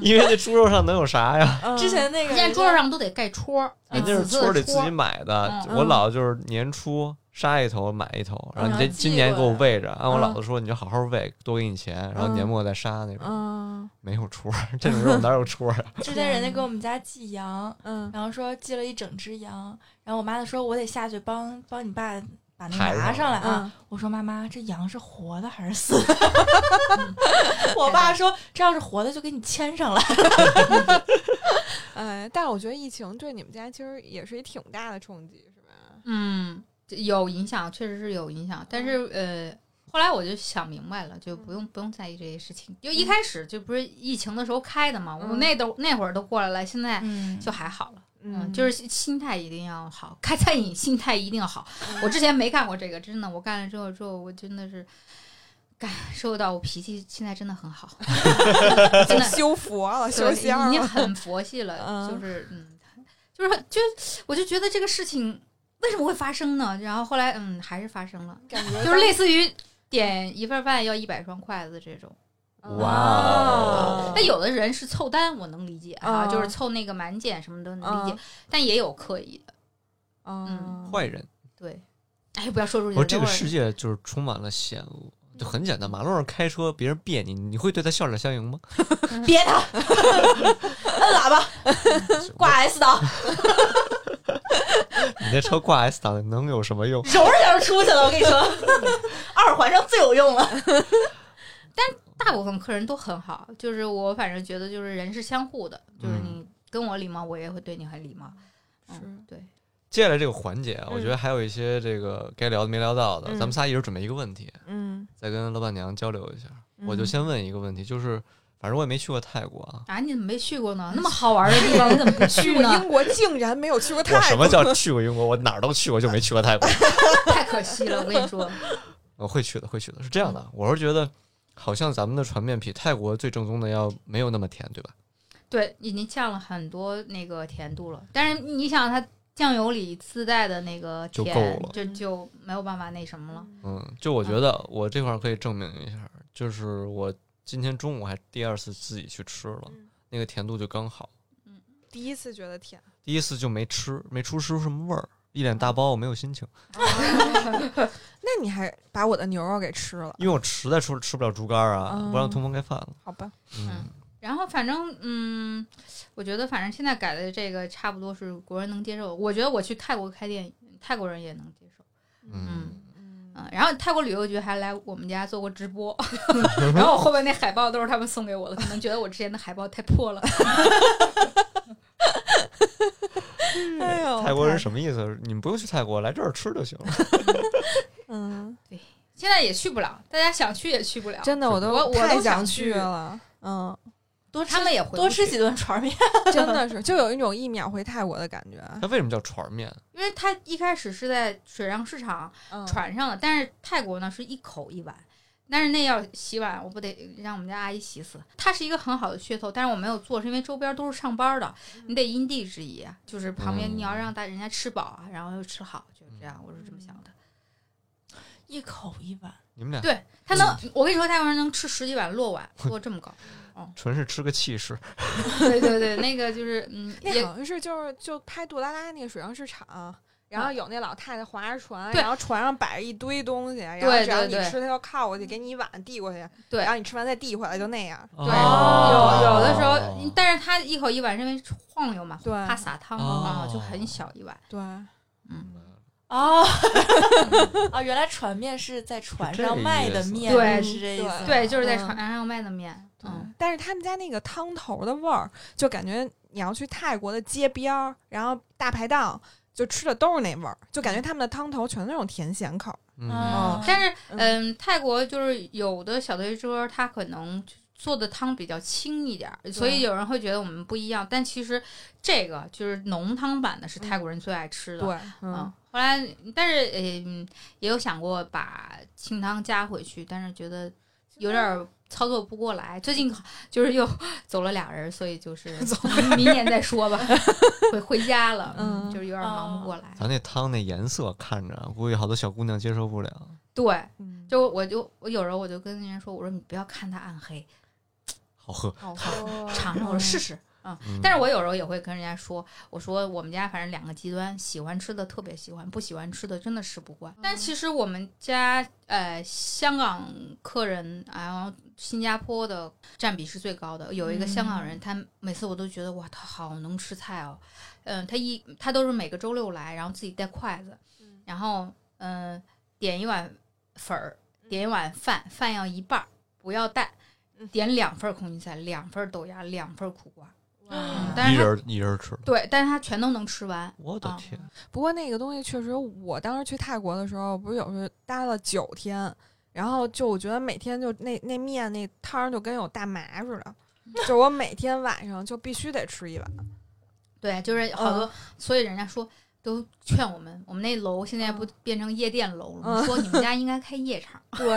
A: 因为那猪肉上能有啥呀？
C: 嗯
B: 之前那个
D: 现在桌上都得盖戳儿，
A: 人
B: 人家
A: 家是
D: 哎紫色
A: 村里
D: 的
A: 自
D: 戳
A: 己
D: 儿。
A: 买的，
D: 嗯
A: 我姥姥就是年初杀一头买一头，然后你这
B: 嗯
A: 今年给我
B: 寄过
A: 喂着，按我姥
C: 嗯
A: 姥说你就好好喂，多给你钱，然后
C: 嗯
A: 年末再杀那种。
C: 嗯
A: 没有戳儿， 这种肉哪有戳儿啊？
B: 之前人家给我们家寄羊，
C: 嗯
B: 然后说寄了一整只羊，然后我妈就说我得下去帮帮你爸把那
A: 抬
B: 个拿
A: 上
B: 上来啊。
C: 嗯
B: 我说妈妈，这羊是活的还是死的？ 我爸说这要是活的就给你牵上来。
C: 哎，但是我觉得疫情对你们家其实也是一挺大的冲击，是吧？
D: 嗯，有影响，确实是有影响。但是呃，后来我就想明白了，就不用不用在意这些事情。就一开始就不是疫情的时候开的嘛，我
C: 嗯
D: 那都那会儿都过来了，现在
B: 嗯
D: 就还好了。嗯，就是心心态一定要好，开餐饮心态一定要好。我之前没干过这个，真的，我干了之后之后，我真的是感受到我脾气现在真的很好， 真 的
C: 修佛了，修
D: 对
C: 仙
D: 已经
C: 了，
D: 很佛系了，
C: 嗯
D: 就是嗯，就是很就我就觉得这个事情为什么会发生呢？然后后来嗯，还是发生了，
C: 感觉
D: 就是类似于点一份饭要一百双筷子这种。
A: 哇
C: 哦
A: 哦
D: 那有的人是凑单，我能理解啊，
C: 嗯
D: 就是凑那个满减什么的能理
C: 嗯
D: 解，但也有刻意的，
C: 嗯
A: 坏人，
D: 对。哎，不要说出去。
A: 我说这
D: 等
A: 个
D: 会儿
A: 世界就是充满了险恶，就很简单。马路上开车，别人别你，你会对他笑脸相迎吗？
B: 别他，摁喇叭，挂 S 档，
A: 你那车挂 S 档能有什么用？
B: 揉 着揉着出去了。我跟你说，二环上最有用了。
D: 大部分客人都很好，就是我反正觉得就是人是相互的，就是
A: 嗯
D: 你跟我礼貌，我也会对你很礼貌。嗯
C: 是，
D: 对，
A: 接下来这个环节啊，我
C: 嗯
A: 觉得还有一些这个该聊的没聊到的，
C: 嗯
A: 咱们仨一人准备一个问题，
C: 嗯，
A: 再跟老板娘交流一下。
C: 嗯
A: 我就先问一个问题，就是反正我也没去过泰国啊，
D: 啊，你怎么没去过呢？那么好玩的地方，你怎么不去
C: 去过
D: 呢？
C: 英国竟然没有去过泰
A: 我
C: 国，
A: 什么叫 去过英国？我哪儿都去过，就没去过泰国。
D: 太可惜了，我跟你说，
A: 我会去的，会去的。是这样的，我是觉得好像咱们的船面比泰国最正宗的要没有那么甜，对吧？
D: 对，已经降了很多那个甜度了。但是你想，它酱油里自带的那个
A: 就
D: 甜，
A: 够了
D: 这就没有办法那什么了。
A: 嗯，就我觉得我这块儿可以证明一下，就是我今天中午还第二次自己去吃了
C: 嗯，
A: 那个甜度就刚好。
C: 第一次觉得甜，
A: 第一次就没吃，没出出什么味儿，一脸大包，我没有心情，
C: 那你还把我的牛肉给吃了？
A: 因为我实在吃吃不了猪肝儿啊，
C: 嗯
A: 不让通风盖饭了。
C: 好吧，
A: 嗯
D: 然后反正嗯，我觉得反正现在改的这个差不多是国人能接受。我觉得我去泰国开店，泰国人也能接受。
A: 嗯，
C: 嗯
D: 嗯，然后泰国旅游局还来我们家做过直播， 嗯然后我后面那海报都是他们送给我的，可能觉得我之前的海报太破了。
C: 哎
D: 哦
C: 呦
A: 泰国人什么意思？你们不用去泰国，来这儿吃就 行了。
C: 嗯，
D: 现在也去不了，大家想去也去不了，
C: 真的我
D: 我
C: 都
D: 我都
C: 太
D: 想
C: 想
D: 去
C: 了，嗯，
B: 多吃
D: 他们也回不
B: 多吃
D: 去
B: 几顿船面，
C: 真的是就有一种一秒回泰国的感觉。
A: 它为什么叫船儿面？
D: 因为他一开始是在水上市场
C: 嗯
D: 船上的，但是泰国呢是一口一碗，但是那要洗碗，我不得让我们家阿姨洗死。它是一个很好的噱头，但是我没有做，是因为周边都是上班的，
C: 嗯
D: 你得因地制宜啊，就是旁边
A: 嗯
D: 你要让大人家吃饱啊，然后又吃好，就是这样，我是这么想的。
C: 嗯
B: 一口一碗。
A: 你们俩
D: 对他能，我跟你说，泰国人能吃十几碗落碗，落这 么高。
A: 纯是吃个气势。
D: 对对对，那个就是嗯，
C: 那
D: 也
C: 好像是就是就拍杜拉拉那个水上市场，然
D: 啊
C: 后有那老太太划着船，
D: 对
C: 然后船上摆着一堆东西，然后
D: 对
C: 只要
D: 对
C: 你
D: 对嗯
C: 吃，她就靠过去给你一碗递过去，
D: 对
C: 然后你吃完再递回来，就那样。
A: 对
D: 对，
B: 哦
D: 有有的时候，但是他一口一碗，是因为晃悠嘛，
C: 对
D: 怕撒汤啊
A: 哦，
D: 就很小一碗。
C: 对，
D: 嗯，
B: 哦，啊，原来船面是在船上卖的面，
D: 是这
B: 是这意
D: 个意思
B: 思。
C: 嗯
D: 对，就是在船上卖的面。嗯，
C: 但是他们家那个汤头的味儿，就感觉你要去泰国的街边儿，然后大排档。就吃的都是那味儿，就
D: 嗯
C: 感觉他们的汤头全是那种甜咸口。
A: 嗯，
B: 哦
D: 但是嗯，泰国就是有的小推车，它可能做的汤比较轻一点儿，所以有人会觉得我们不一样。但其实这个就是浓汤版的，是泰国人最爱吃的。
C: 对，嗯
D: 嗯，，后来但是嗯，也有想过把清汤加回去，但是觉得有点儿操作不过来。最近就是又 走了俩人，所以就是 明年再说吧，回回家了，
C: 嗯
D: 就是有点忙不过来。
A: 咱那汤那颜色看着，啊估计好多小姑娘接受不了。
D: 对，
C: 嗯
D: 就我就我有时候我就跟人家说，我说你不要看它暗黑，
A: 好喝，
C: 哦
D: 好尝尝，我说试试。
A: 嗯
D: 但是我有时候也会跟人家说，我说我们家反正两个极端，喜欢吃的特别喜欢，不喜欢吃的真的吃不惯。但其实我们家呃香港客人，啊然后新加坡的占比是最高的。有一个香港人，他每次我都觉得哇，他好能吃菜哦。嗯，他一他都是每个周六来，然后自己带筷子，然后嗯、呃点一碗粉儿，点一碗饭，饭要一半儿，不要蛋
C: 嗯。
D: 点两份儿空心菜，两份儿豆芽，两份儿苦瓜，
B: 嗯
D: 但
A: 一
D: 是他
A: 人一人吃了，
D: 对，但是他全都能吃完。
A: 我的
D: 啊
A: 天，
C: 不过那个东西确实，我当时去泰国的时候，不是有时候待了九天，然后就我觉得每天就那那面那汤儿就跟有大麻似的，就我每天晚上就必须得吃一碗。
D: 对，就是好
B: 嗯
D: 多，所以人家说都劝我们，我们那楼现在不
B: 嗯
D: 变成夜店楼了吗？
C: 嗯
D: 说你 们家应该开夜场，
C: 对，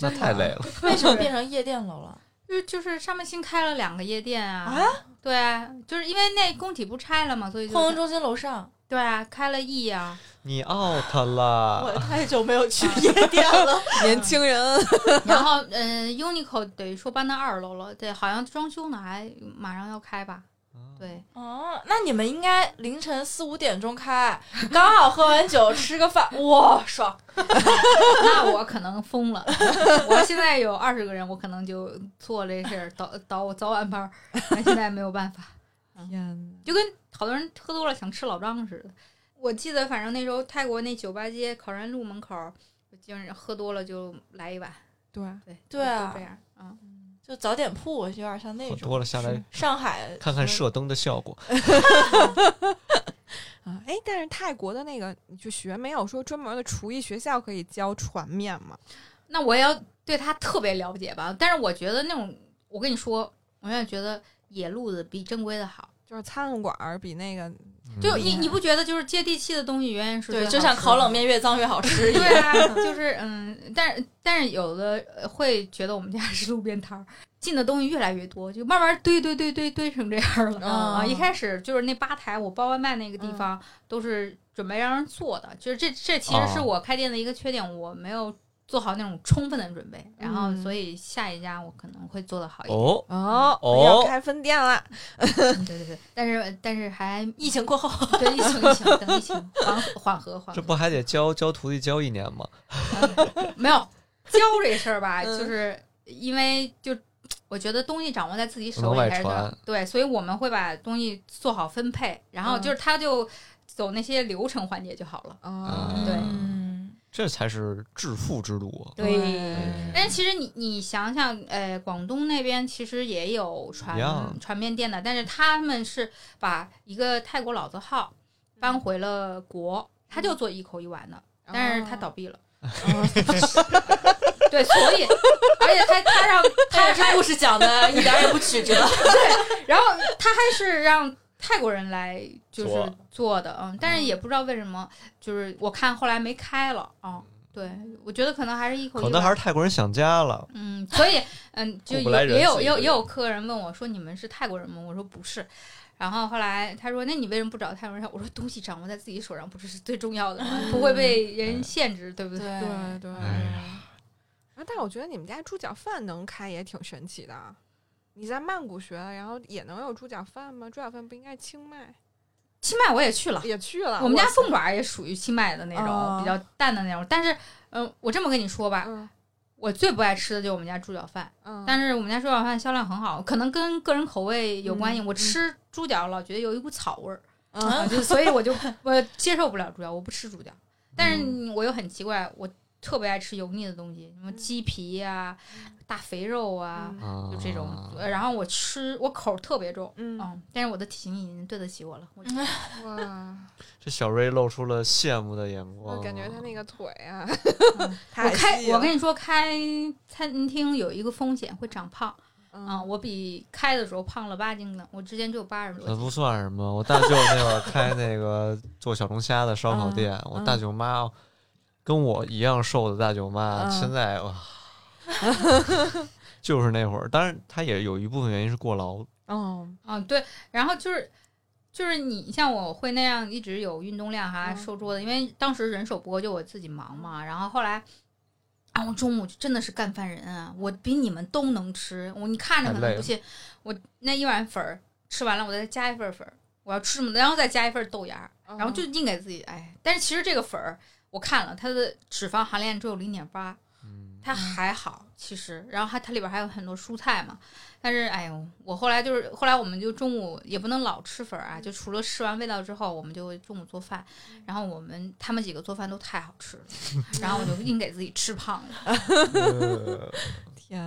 A: 那太累了。
B: 为什么变成夜店楼了？
D: 就就是上半新开了两个夜店啊
B: 啊，
D: 对啊，就是因为那工体不拆了嘛，所以
B: 空文
D: 就
B: 中心楼上，
D: 对啊，开了 E 啊，
A: 你 out 了，
B: 太久没有去夜店了。
C: 年轻人，
D: 然后嗯，Uniqlo 等于说搬到二楼了，对，好像装修呢，还马上要开吧，对，
B: 哦，那你们应该凌晨四五点钟开，刚好喝完酒吃个饭，哇，爽！
D: 那我可能疯了。 我现在有二十个人，我可能就做这事儿倒倒早晚班儿，但现在没有办法。
C: 天
D: 就跟好多人喝多了想吃老张似的。我记得，反正那时候泰国那酒吧街考山路门口儿，就经常喝多了就来一碗，
C: 对，
D: 对
B: 对啊
D: 就这样，嗯，
B: 就早点铺，我有点像那
A: 喝
B: 种。
A: 多了下来
B: 上海
A: 看看射灯的效果。
C: 啊，哎，但是泰国的那个你去学没有说专门的厨艺学校可以教船面吗？
D: 那我要对他特别了解吧。但是我觉得那种，我跟你说，我现在觉得野路子比正规的好。
C: 就是餐馆儿比那个
D: 就
A: 嗯
D: 你你不觉得就是接地气的东西远远是
B: 对，
D: 最
B: 就
D: 好
B: 像
D: 吃
B: 烤
D: 的
B: 冷
D: 吗
B: 面越脏越好 吃一样。
D: 对啊，就是嗯，但是但是有的呃会觉得我们家是路边摊儿，进的东西越来越多，就慢慢堆堆堆堆堆成这样了。
B: 嗯
D: 啊，一开始就是那吧台，我包外卖那个地方、都是准备让人做的，就是这这其实是我开店的一个缺点，我没有做好那种充分的准备，然后
C: 嗯
D: 所以下一家我可能会做的好一点。
A: 哦，
C: 哦，
A: 哦
C: 要开分店了，
D: 对对对，但是呃但是还
B: 疫情过后，
D: 对疫情疫情等疫情缓缓和缓
A: 这
D: 和，
A: 不还得教教徒弟教一年吗？
D: 没有教这事儿吧，
C: 嗯
D: 就是因为就我觉得东西掌握在自己手
A: 能
D: 里
A: 外
D: 还是
A: 传
D: 怎么对，所以我们会把东西做好分配，然后就是他就走那些流程环节就好了。
C: 哦，
D: 对
B: 嗯，
A: 这才是致富之路啊！
D: 对但其实你你想想，呃，广东那边其实也有
A: 一
D: 船
A: 样
D: 船面店的，但是他们是把一个泰国老字号搬回了国，他就做一口一碗的，但
C: 哦
D: 是他倒闭了。对，所以而且他他让
B: 他这故事讲的一点也不曲折，
D: 然后他还是让泰国人来就是
A: 做
D: 做的，嗯，但是也不知道为什么，就是我看后来没开了啊、对，我觉得可能还是一口
A: 可
D: 一碗
A: 能还是泰国人想家了，
D: 嗯，所以嗯，就
A: 顾不来
D: 有
A: 人
D: 也有
A: 所以
D: 也有
A: 就
D: 也有客人问我说你们是泰国人吗？我说不是。然后后来他说：“那你为什么不找泰国人？”我说：“东西掌握在自己手上，不是是最重要的吗，不会
A: 嗯
D: 被人限制，对不对？”
C: 对对。
A: 哎呀
C: 啊，但我觉得你们家猪脚饭能开也挺神奇的。啊你在曼谷学的，然后也能有猪脚饭吗？猪脚饭不应该清迈
D: 清迈我也去了，
C: 也去了。
D: 我们家
C: 哇塞
D: 凤爪也属于清迈的那种
C: 啊哦
D: 比较淡的那种，但是，嗯、我这么跟你说吧，
C: 嗯
D: 我最不爱吃的就是我们家猪脚饭，
C: 嗯，
D: 但是我们家猪脚饭销量很好，可能跟个人口味有关系。
C: 嗯
D: 我吃猪脚老觉得有一股草味儿，
C: 嗯
D: 啊就所以我就我接受不了猪脚，我不吃猪脚。
C: 嗯
D: 但是我又很奇怪，我特别爱吃油腻的东西，什
C: 嗯
D: 么鸡皮呀、大肥肉啊，
A: 啊
D: 就这种。呃然后我吃，我口儿特别重，
C: 嗯
D: 嗯，但是我的体型已经对得起我了。我
C: 哇，
A: 这小瑞露出了羡慕的眼光
C: 我
A: 啊，
C: 感觉他那个腿 啊，
D: 嗯
C: 太
D: 我开，
C: 细
D: 我
C: 了
D: 跟你说，开餐厅有一个风险会长胖啊、
C: 嗯
D: 我比开的时候胖了八斤呢，我之前只有八十多
A: 那
D: 斤。
A: 不算什么。我大舅那会儿开那个做小龙虾的烧烤
C: 嗯
A: 店，我大
C: 嗯
A: 舅妈跟我一样瘦的大舅妈，现在哇，就是那会儿。当然，她也有一部分原因是过劳，
C: 哦，
A: 嗯
D: 啊，对，然后就是就是你像我会那样一直有运动量还
C: 嗯
D: 瘦桌子，因为当时人手不够，就我自己忙嘛。然后后来。啊，我中午就真的是干饭人啊！我比你们都能吃，我你看着可
A: 太累
D: 能
A: 了
D: 不信，我那一碗粉儿吃完了，我再加一份粉儿，我要吃什么，然后再加一份豆芽儿，
C: 然
D: 然后就硬给自己哎。但是其实这个粉儿，我看了它的脂肪含量只有零点八，
A: 嗯，
D: 它还好其实。然后它它里边还有很多蔬菜嘛，但是哎呦，我后来就是后来我们就中午也不能老吃粉儿啊，就除了吃完味道之后，我们就中午做饭。然后我们他们几个做饭都太好吃了，然后我就硬给自己吃胖了。
A: 呃
C: 天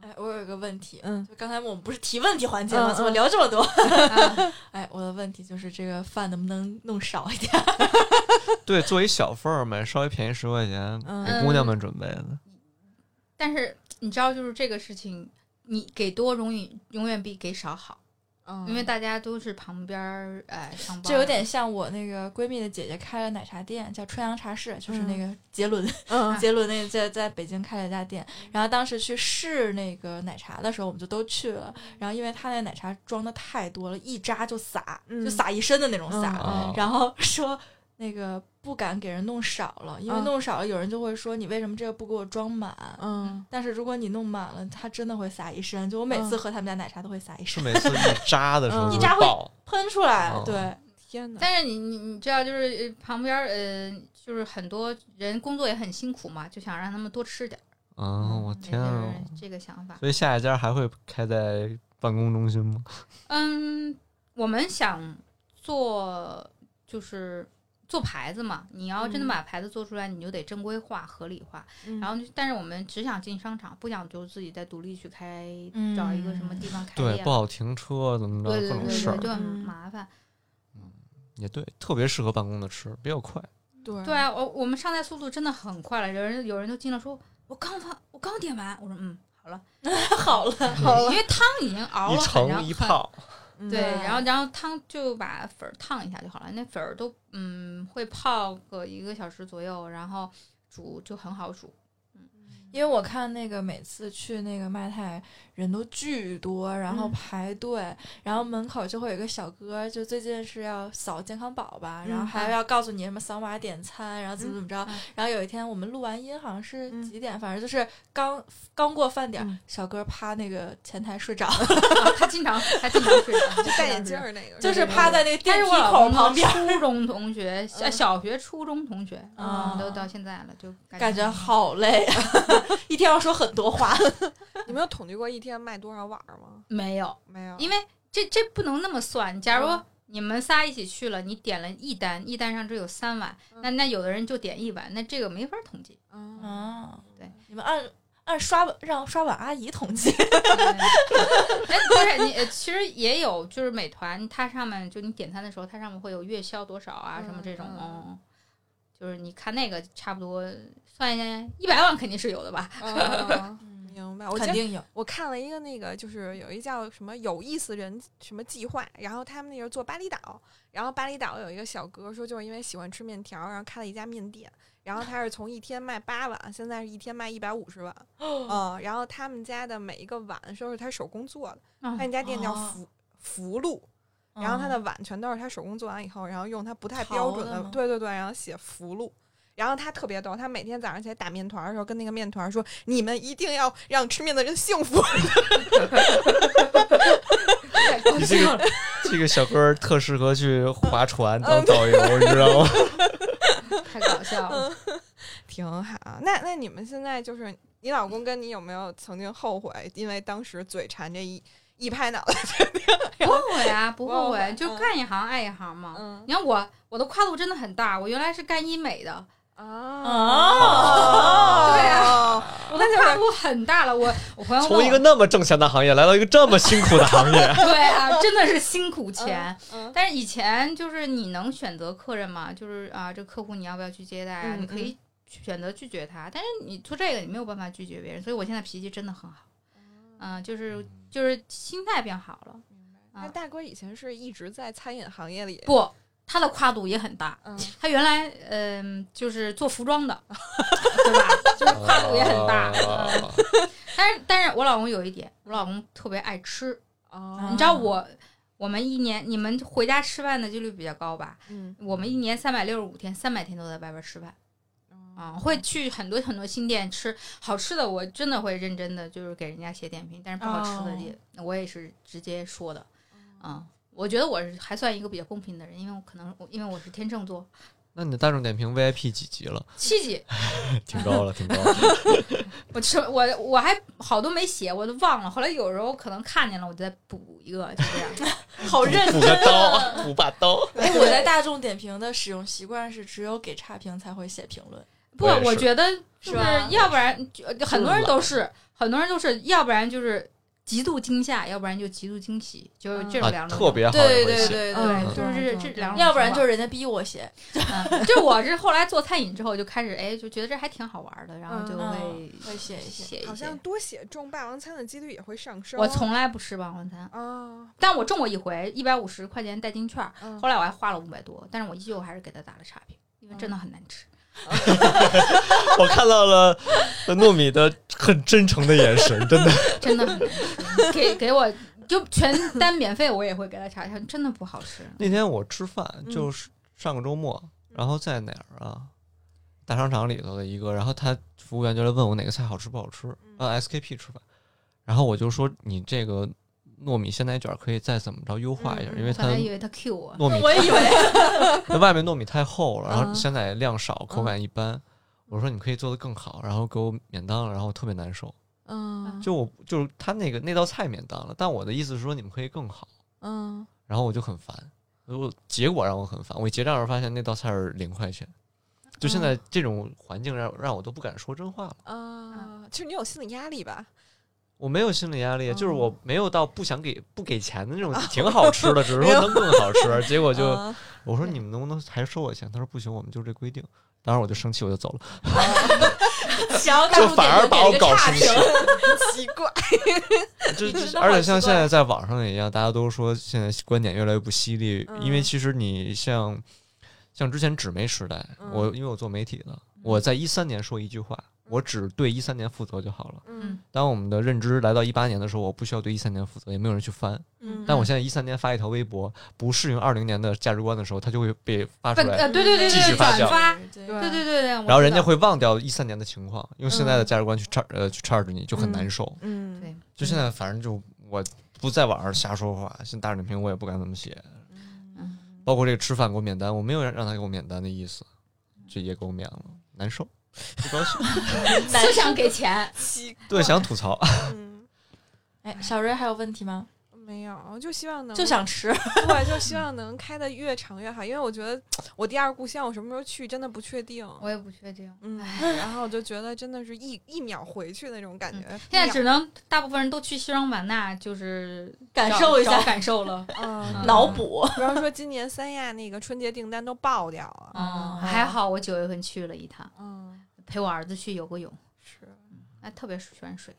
C: 哪，
B: 哎，我有一个问题，
C: 嗯
B: 就刚才我们不是提问题环节吗？
C: 嗯嗯
B: 怎么聊这么多？
D: 啊
B: 哎，我的问题就是这个饭能不能弄少一点？
A: 对，做一小份儿呗，稍微便宜十块钱，给
D: 嗯
A: 姑娘们准备的。
D: 但是你知道，就是这个事情，你给多永远永远比给少好，
C: 嗯，
D: 因为大家都是旁边儿哎上班，
B: 这有点像我那个闺蜜的姐姐开了奶茶店，叫春阳茶室，就是那个杰伦，
C: 嗯
B: 杰伦那在在北京开了一家店。然后当时去试那个奶茶的时候，我们就都去了。
D: 嗯
B: 然后因为他那奶茶装的太多了，一扎就洒，
C: 嗯
B: 就洒一身的那种
D: 嗯
B: 洒。
A: 啊
B: 然后 说那个不敢给人弄少了，因为
C: 嗯
B: 弄少了有人就会说你为什么这个不给我装满？
C: 嗯
B: 但是如果你弄满了，它真的会洒一身。就我每
D: 嗯
B: 次喝他们家奶茶都会洒一
A: 是
B: 身，
A: 每次一扎的时候
C: 嗯
A: 就
B: 一扎会
A: 爆，
B: 喷出来。
A: 哦
B: 对，
C: 天哪，
D: 但是你你你知道，就是呃旁边儿呃，就是很多人工作也很辛苦嘛，就想让他们多吃点儿。
A: 嗯，我
D: 嗯
A: 天啊！
D: 就是这个想 法。
A: 所以下一家还会开在办公中心吗？
D: 嗯，我们想做就是做牌子嘛，你要真的
C: 嗯
D: 把牌子做出来，你就得正规化、合理化。然后就，但是我们只想进商场，不想就自己再独立去开，
C: 嗯
D: 找一个什么地方开
A: 对，
D: 店
A: 不。好停车，怎么着
D: 啊对对
A: 各
D: 对
A: 种
D: 对
A: 事
D: 对，
A: 儿
D: 就很
C: 嗯
D: 麻烦。
A: 也对，特别适合办公的吃，比较快。嗯
C: 对
D: 对啊，我我们上菜速度真的很快了，有人有人就进来说，我刚发，我刚点完，我说嗯，好了。
B: 好了，
D: 因为汤已经熬
A: 一
D: 了很长
A: 盛一 泡，
C: 嗯
D: 对，
B: 嗯
D: 然后然后汤就把粉儿烫一下就好了，那粉儿都嗯会泡个一个小时左右，然后煮就很好煮。
B: 因为我看那个每次去那个麦泰，人都巨多，然后
C: 嗯
B: 排队，然后门口就会有一个小哥，就最近是要扫健康宝吧，然后
C: 嗯
B: 还要告诉你什么扫码点餐，然后怎么怎么着。
D: 嗯
B: 然后有一天我们录完音，好像是
C: 嗯
B: 几点，反正就是刚刚过饭点儿，
C: 嗯
B: 小哥趴那个前台睡着，
D: 啊他经常他经常睡着，就
C: 戴眼镜。儿那个，
B: 就是趴在那个
D: 他
B: 电
D: 是
B: 梯
D: 我老
B: 口
D: 公
B: 旁
D: 的
B: 边，
D: 初中同学，小
B: 嗯
D: 小学、初中同学，
B: 啊
D: 嗯，都到现在了，就
B: 感觉。好累，啊 一天要说很多话。
C: 你们有统计过一天卖多少碗儿吗？
D: 没有，
C: 没有，
D: 因为这这不能那么算。假如
C: 嗯
D: 你们仨一起去了，你点了一单，一单上只有三碗，那那有的人就点一碗，那这个没法统计。
C: 嗯，
B: 啊，
D: 对，
B: 你们按按刷碗让刷碗阿姨统计，
D: 哎，不是你，呃其实也有，就是美团它上面就你点餐的时候，它上面会有月销多少啊，什么这种，
C: 嗯嗯
D: 嗯，就是你看那个差不多算一下，一百万肯定是有的吧？
C: 嗯
B: 嗯，
C: 明白。我今
B: 肯
C: 天
B: 定有。
C: 我看了一个那个，就是有一叫什么有意思人什么计划，然后他们那个做巴厘岛，然后巴厘岛有一个小哥说，就是因为喜欢吃面条，然后开了一家面店，然后他是从一天卖八碗，现在是一天卖一百五十 碗，嗯，然后他们家的每一个碗都是他手工做的，他
D: 嗯，
C: 那家店叫
B: 哦
C: 福福禄，然后他的
B: 嗯
C: 碗全都是他手工做完以后，然后用他不太
B: 淘
C: 标准
B: 的
C: 的，
B: 吗
C: 对对对，然后写福禄。然后他特别逗，他每天早上起来打面团儿的时候，跟那个面团儿说：“你们一定要让吃面的人幸福。
D: 太高
A: 你这
D: 兴了。
A: 个 这个小哥儿特适合去
D: 嗯
A: 划船当导游，你知道吗？
D: 太搞笑
C: 嗯
D: 了。”
C: 挺好。那那你们现在就是你老公跟你有没有曾经后悔，因为当时嘴馋这一一拍脑袋？
D: 不后悔啊，不后
C: 不后
D: 悔，
C: 悔
D: 就
C: 嗯
D: 干一行爱一行嘛。
C: 嗯
D: 你看我，我的跨度真的很大。我原来是干医美的，
B: 哦
D: 对
C: 啊，
D: 我的跨度很大了。我我朋友问我，
A: 从一个那么挣钱的行业来到一个这么辛苦的行业
D: 对啊，真的是辛苦钱。
C: 嗯
D: 但是以前就是你能选择客人嘛，就是啊，这客户你要不要去接待啊？
C: 嗯
D: 你可以去选择拒绝他，但是你做这个你没有办法拒绝别人，所以我现在脾气真的很好。嗯、就是就是心态变好了。
C: 那大哥以前是一直在餐饮行业里，
D: 不，他的跨度也很大。
C: 嗯
D: 他原来嗯、就是做服装的， 对吧？就是跨度也很大。嗯
A: 哦
D: 但是但是我老公有一点，我老公特别爱吃。
C: 哦
D: 你知道我我们一年你们回家吃饭的几率比较高吧？
C: 嗯
D: 我们一年三百六十五天，三百天都在外边吃饭
C: 哦
D: 啊，会去很多很多新店吃好吃的，我真的会认真的就是给人家写点评，但是不好吃的也、我也是直接说的啊。我觉得我是还算一个比较公平的人，因为我可能我因为我是天秤座，
A: 那你的大众点评 VIP 几级了？
D: 七级，
A: 挺高了，挺高 了。
D: 我吃我我还好多没写，我都忘了。后来有时候可能看见了，我就再补一个，就这样。
B: 好认
A: 补
B: 真
A: 个
B: 啊！
A: 刀，补把 刀。
B: 哎，我在大众点评的使用习惯是，只有给差评才会写评论。
D: 不，
A: 我也是
D: 我觉得就是
B: 吧
D: 要不然就很多人
A: 懒
D: 都是，很多人都是，要不然就是极度惊吓，要不然就极度惊喜，就是
C: 嗯
D: 这种
A: 啊，
D: 两种。
A: 特别好也
B: 对
A: 会
B: 对
A: 写。
B: 对对，
D: 对，
A: 嗯
D: 就是
C: 嗯
D: 这这两种情况。
B: 要不然就是人家逼我写，
D: 嗯，就是我是后来做餐饮之后就开始，哎，就觉得这还挺好玩的，然后就
B: 嗯
D: 会
B: 会写一写。
D: 写一
C: 好
D: 些
C: 像。多写中霸王餐的几率也会上升。
D: 我从来不吃霸王餐，
C: 啊，
D: 但我中过一回一百五十块钱代金券，
C: 嗯
D: 后来我还花了五百多，但是我依旧还是给他打了差评，因为真的很难吃。
A: 我看到了呃糯米的很真诚的眼神，真的。
D: 真的很难吃，给给我就全单免费，我也会给他查一下，真的不好吃。
A: 那天我吃饭
C: 嗯
A: 就是上个周末，然后在哪儿啊？大商场里头的一个，然后他服务员就来问我哪个菜好吃不好吃，
C: 嗯
A: 呃，SKP 吃饭，然后我就说你这个糯米鲜奶卷可以再怎么着优化一下，
C: 嗯嗯
A: 因为它
D: 本来以为他 Q 我，
A: 糯米
B: 我以 为
A: 那外面糯米太厚了，然后
C: 嗯
A: 鲜奶量少，口感一般。我说你可以做得更好，然后给我免单了，然后我特别难受。
C: 嗯
A: 就我就是他那个那道菜免单了，但我的意思是说你们可以更好，
C: 嗯，
A: 然后我就很烦。如果结果让我很烦，我一结账时候发现那道菜是零块钱。就现
C: 嗯
A: 在这种环境让让我都不敢说真话了。
C: 啊，就是你有心理压力吧？
A: 我没有心理压力，
C: 嗯哦
A: 就是我没有到不想给不给钱的那种，挺好吃 的，只是说能更好吃。结果就
C: 嗯
A: 我说你们能不能还收我钱？他说不行，我们就这规定。当时我就生气，我就走了。
B: 想 要大
A: 就
B: 众
A: 反
B: 点
A: 而
B: 评
A: 把
B: 给
A: 我
B: 一个
A: 搞
B: 差
A: 生
B: 评
A: 气，
C: 奇怪，
A: 就
B: 你真
A: 就
B: 的
A: 而
B: 好
A: 且
B: 奇
A: 像现
B: 怪
A: 在在网上也一样，大家都说现在观点越来越不犀利，因为
C: 嗯
A: 其实你
B: 嗯
A: 像像之前纸媒时代，我因为我做媒体的，我在一三年说一句话，我
B: 嗯
A: 只对一三年负责就好了。
C: 嗯
A: 当我们的认知来到一八年的时候，我不需要对一三年负责，也没有人去翻。
C: 嗯
A: 但我现在一三年发一条微博，不适应二零年的价值观的时候，它就会被发出
D: 本
A: 来，
D: 呃，对对对
A: 继续
D: 对，
A: 发
D: 转
A: 酵
D: 发，
B: 对
D: 对对对对，然
A: 然后人家会忘掉一三年的情况，用现
B: 嗯
A: 在的价值观去 charge 呃去 charge 你，就很
C: 嗯
A: 难受。
C: 嗯
D: 对，
A: 就现在，反正就我不在网上瞎说话，现在大众点评我也不敢怎么写，
C: 嗯
A: 包括这个吃饭给我免单，我没有让他给我免单的意思，这也给我免了，难受，不高兴。
D: 就想 给钱，
C: 奇
A: 对，想吐槽，
C: 嗯
B: 哎，小瑞还有问题吗？
C: 没有，就希望能
B: 就想吃，
C: 对，就希望能开的越长越好，因为我觉得我第二故乡我什么时候去真的不确定。
D: 我也不确定。
C: 嗯，
D: 唉
C: 然后我就觉得真的是一一秒回去那种感觉。
D: 现在只能大部分人都去西双版纳，就是
B: 感
D: 找
B: 受一
D: 找
B: 下，
D: 感 受了。哦
C: 嗯，
B: 脑补。
C: 比方说今年三亚那个春节订单都爆掉了。
D: 嗯，还好我九月份去了一趟，
C: 嗯，
D: 陪我儿子去游个泳，
C: 是
D: 哎，特别喜欢水。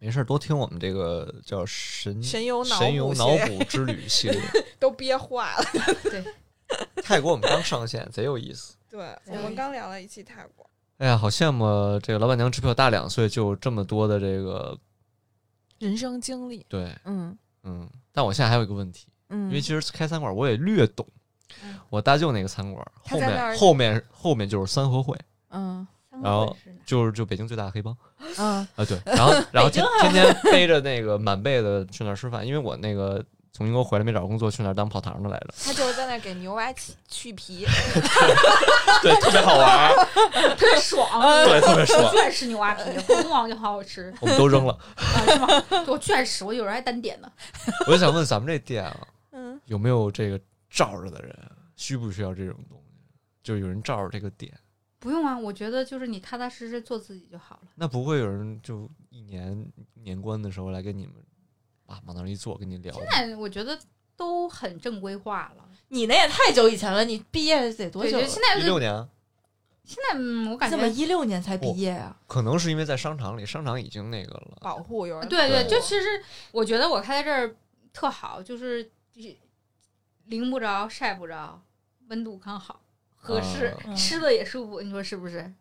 A: 没事儿多听我们这个叫神
C: 神游脑
A: 嗯神游
C: 补
A: 脑
C: 系列
A: 补之 旅系列，
C: 都憋坏了。
A: 泰国我们刚上线，贼有意思。
C: 对，我
D: 对
C: 们刚聊了一期泰国，
A: 哎呀，好羡慕这个老板娘，只比我大两岁，就有这么多的这个
C: 人生经历，
A: 对，
C: 嗯
A: 嗯。但我现在还有一个问题，
C: 嗯
A: 因为其实开餐馆我也略懂
D: 嗯，
A: 我大舅那个餐馆
C: 他
A: 后
C: 在那儿
A: 面后面后面就是三合会，
C: 嗯
A: 然后就是就北京最大的黑帮
C: 嗯
A: 啊，对。然后然后天天
C: 啊
A: 天背着那个满背的去那儿吃饭，因为我那个从英国回来没找工作，去那儿当跑堂 的来着，
C: 他就是在那儿给牛蛙起去皮，
A: 对，特别好玩儿，
D: 特别爽，
A: 对，特别爽
D: 我。巨爱吃牛蛙皮，红王就好好吃
A: 我们都扔了，
D: 啊，是吗？我巨爱吃，我有时候还单点呢。
A: 我就想问咱们这店啊，
C: 嗯，
A: 有没有这个罩着的人？需不需要这种东西？就有人罩着这个点，
D: 不用啊，我觉得就是你踏踏实实做自己就好了。
A: 那不会有人就一年年关的时候来跟你们啊往那儿一坐跟你聊吗？
D: 但我觉得都很正规化了。
B: 你那也太久以前了，你毕业得多
D: 对，
B: 久
D: 就
B: 了？
D: 现在
A: 一
D: 就
A: 六年啊，
D: 现在，嗯，我感觉
B: 怎么一六年才毕业啊？
A: 可能是因为在商场里，商场已经那个了。
C: 保护有人
D: 对
A: 对
D: 对，就其实我觉得我开在这儿特好，就是淋不着、晒不着，温度刚好，合适，
B: 嗯
D: 吃的也舒服。你说是不是？
A: 嗯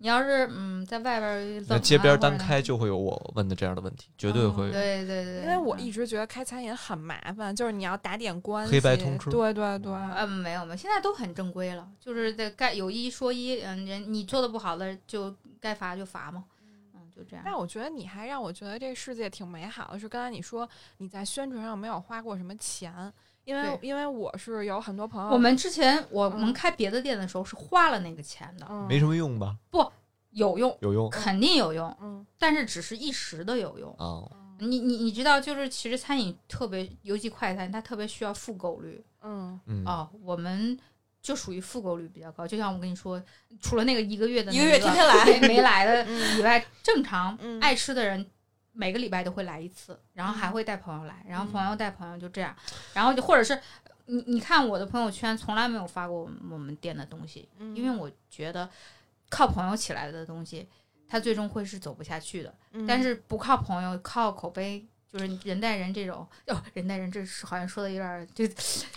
D: 你要是嗯在外边儿冷、
A: 那
D: 啊，
A: 街边单
D: 或者
A: 开就会嗯有我问的这样的问题，绝对会有。
D: 对对对，
C: 因为我
D: 嗯
C: 一直觉得开餐饮很麻烦，就是你要打点关系，
A: 黑白通吃
C: 对对对，
D: 嗯，没有没有，现在都很正规了，就是在该有一说一，嗯，人你做的不好的就该罚就罚嘛，嗯，就这样。
C: 但我觉得你还让我觉得这个世界挺美好的，是刚才你说你在宣传上没有花过什么钱，因为
D: 对
C: 因为我是有很多朋友，
D: 我们之前我们
C: 嗯
D: 开别的店的时候是花了那个钱的，
C: 嗯
A: 没什么用吧？
D: 有用，
A: 有用
D: 肯定有用，
C: 嗯
D: 但是只是一时的有用。
A: 啊！
B: 嗯
D: 你你你知道，就是其实餐饮特别，尤其快餐，它特别需要复购率
C: 嗯
A: 嗯，
D: 啊、我们就属于复购率比较高，就像我跟你说，除了那个一个月的
B: 一
D: 那
B: 个月天天来
D: 没没来的
C: 嗯
D: 以外，正常
C: 嗯
D: 爱吃的人每个礼拜都会来一次，然后还会带朋友来，
C: 嗯
D: 然后朋友带朋友就这样，然后就或者是你你看我的朋友圈从来没有发过我们我们店的东西，
C: 嗯，
D: 因为我觉得靠朋友起来的东西，它最终会是走不下去的。
C: 嗯
D: 但是不靠朋友，靠口碑，就是人带人这种，哦，人带人这是好像说的有点儿就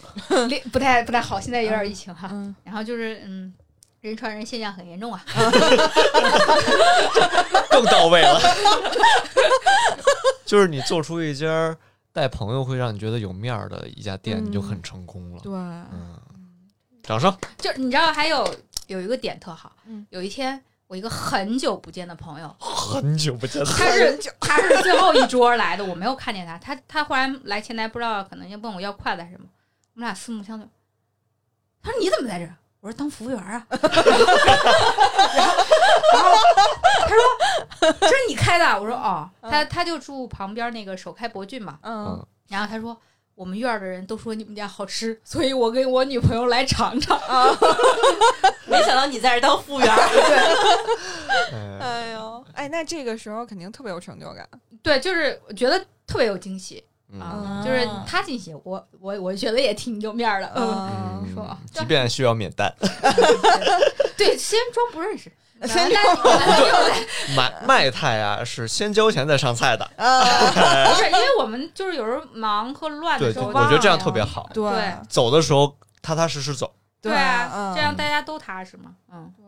D: 不太不太好，现在有点儿疫情哈。
C: 嗯
D: 然后就是嗯，人传人现象很严重啊。
A: 更到位 了。就是你做出一家带朋友会让你觉得有面儿的一家店，
C: 嗯
A: 你就很成功了。
C: 对，
A: 嗯，掌声。
D: 就是你知道还有有一个点特好，
C: 嗯
D: 有一天我一个很久不见的朋友，
A: 很久不见了，
D: 他是他是最后一桌来的，我没有看见他，他他忽然来前台，不知道可能要问我要筷子还是什么，我们俩四目相对，他说你怎么在这儿？我说当服务员啊， 然后然后他说这是你开的啊，我说哦，
A: 嗯
D: 他他就住旁边那个首开博郡嘛，
C: 嗯
D: 然后他说我们院儿的人都说你们家好吃，所以我跟我女朋友来尝尝。
B: 没想到你在这当服务员儿，
A: 哎
C: 哎呦哎，那这个时候肯定特别有成就感，
D: 对，就是我觉得特别有惊喜
A: 嗯
D: 啊，
B: 嗯
D: 就是他惊喜，我我我觉得也挺有面儿的，嗯。
C: 嗯，
D: 说啊
A: 即便需要免单，
D: 对，先装不认识，然后
C: 先
D: 但是
A: 买卖菜啊是先交钱再上菜的，
D: 不是因为我们就是有时候忙和乱的
A: 对，
D: 时
A: 对
D: 候，
A: 我觉得这样特别。好。
C: 对
D: 对
A: 走的时候踏踏实实走，
D: 对啊，
C: 嗯
D: 这样大家都踏实嘛。嗯，
C: 对，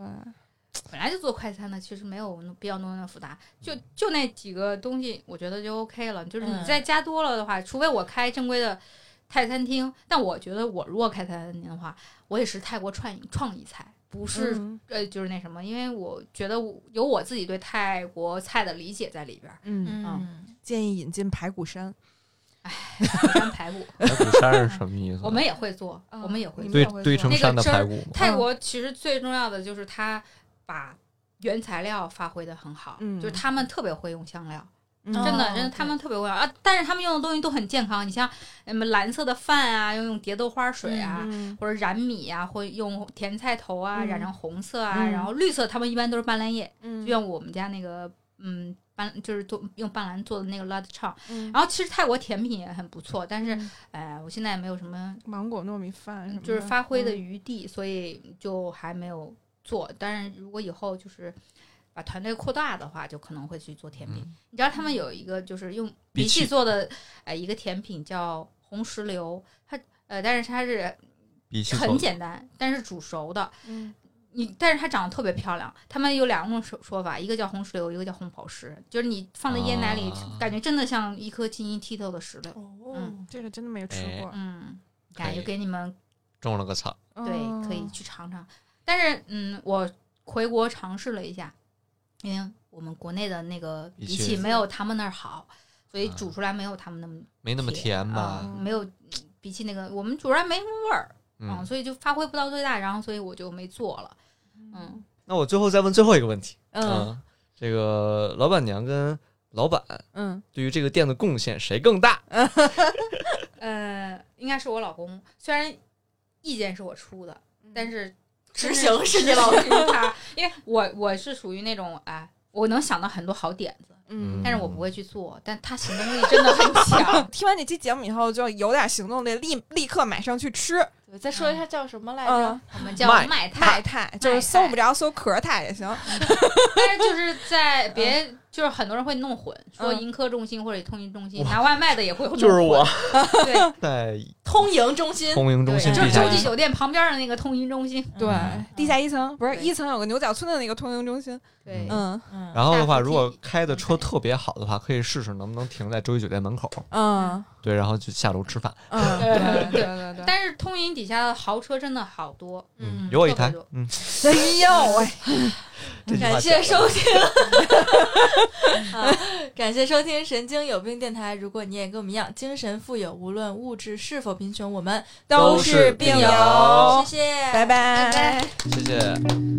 D: 本来就做快餐的，其实没有必要弄得那么复杂，就就那几个东西，我觉得就 OK 了。就是你
B: 嗯
D: 再加多了的话，除非我开正规的泰餐厅，但我觉得我如果开泰餐厅的话，我也是泰国创意创意菜，不是、
C: 嗯
D: 呃就是那什么，因为我觉得我有我自己对泰国菜的理解在里边儿，
C: 嗯，
B: 嗯，
C: 建议引进排骨山，
D: 山排骨
A: 排骨山是什么意思？
D: 我们也会做，
C: 嗯
D: 我们也会
C: 你嗯们
D: 做。
A: 堆
C: 也会
A: 堆
C: 做
A: 成
D: 那个
A: 山的
D: 汁儿
A: 排骨吗？
D: 泰国其实最重要的就是它把原材料发挥的很好，
C: 嗯
D: 就是他们特别会用香料，
C: 嗯
B: 哦
D: 真的，真的他们特别会用啊！但是他们用的东西都很健康，你像什么蓝色的饭啊，要用蝶豆花水啊。
C: 嗯
D: 或者染米啊，或用甜菜头啊，
C: 嗯
D: 染成红色啊，
C: 嗯
D: 然后绿色，他们一般都是斑斓叶，
C: 嗯
D: 就像我们家那个，嗯，斑就是做用斑斓做的那个 lat c h a
C: 嗯
D: 然后其实泰国甜品也很不错，但是，
C: 嗯
D: 呃，我现在也没有什么
C: 芒果糯米饭什么的，
D: 就是发挥的
C: 嗯
D: 余地，所以就还没有做。但是如果以后就是把团队扩大的话，就可能会去做甜品。
A: 嗯
D: 你知道他们有一个就是用
A: 鼻
D: 鼻涕
A: 涕
D: 做的呃一个甜品叫红石榴，它呃但是它是
A: 比起
D: 很简单，但是煮熟的。
C: 嗯
D: 你，但是它长得特别漂亮。他们有两种说说法，一个叫红石榴，一个叫红宝石，就是你放在椰奶里，
A: 啊
D: 感觉真的像一颗晶莹剔透的石榴。
B: 哦
D: 嗯，
C: 这个真的没有吃
A: 哎
C: 过，
D: 嗯，
A: 可
D: 感觉
A: 以
D: 给你们
A: 种了个草，
D: 对，可以
C: 嗯
D: 去尝尝。但是，嗯，我回国尝试了一下，因为我们国内的那个
A: 一
D: 仪
A: 切
D: 器没有他们那儿好，所以
A: 啊
D: 煮出来没有他们那么
A: 没那么
D: 甜
A: 甜吧？
D: 啊，没有嗯比起那个我们煮出来没什么味儿啊，
A: 嗯，
D: 所以就发挥不到最大，然后所以我就没做了。嗯，
A: 那我最后再问最后一个问题，
C: 嗯，
A: 这个老板娘跟老板
C: 嗯
A: 对于这个店的贡献谁更大？
D: 呃，应该是我老公，虽然意见是我出的，但是
B: 嗯执行是你
D: 执
B: 老
D: 行他，因为我我是属于那种啊，我能想到很多好点子，
C: 嗯。
D: 但是我不会去做，但他行动力真的很 强。
C: 听完这期节目以后，就有点行动力，立立刻买上去吃。
B: 对，再说一下叫什么来着？
C: 嗯，
D: 我们叫
A: 卖
D: 卖
C: 太
D: 菜，
C: 太就是搜不着，搜壳太也行。
D: 但是就是 在别就是很多人会弄混，说
B: 嗯
D: 盈科中心或者通讯中心
A: 我
D: 拿外卖的也会弄混，
A: 就是我
D: 对，
A: 在
B: 通营中心，
A: 通营中心
B: 对
D: 就是
A: 地下
D: 洲
B: 周
D: 际
A: 一
B: 记
D: 酒店旁边的那个通讯中心，
C: 对
A: 嗯，
C: 地下一层不是
B: 对
C: 一层有个牛角村的那个通营中心。
D: 对，
C: 嗯
B: 嗯，
A: 然后的话，
D: 大附近
A: 如果开的车特别好的话，可以试试能不能停在周一酒店门口。
C: 嗯
A: 对，然后就下楼吃饭。
C: 嗯，
D: 对
C: 对
D: 对
C: 对对对。
D: 但是通讯底下的豪车真的好多，
B: 嗯
A: 有我一台
D: 特别多。
A: 嗯，
C: 哎呦喂，
A: 这句话
B: 感谢收听，啊感谢收听《神经有病电台》。如果你也跟我们一样精神富有，无论物质是否贫穷，我们
A: 都是病友
B: 谢谢，
C: 拜拜
B: 哎
D: 拜。
A: 谢谢。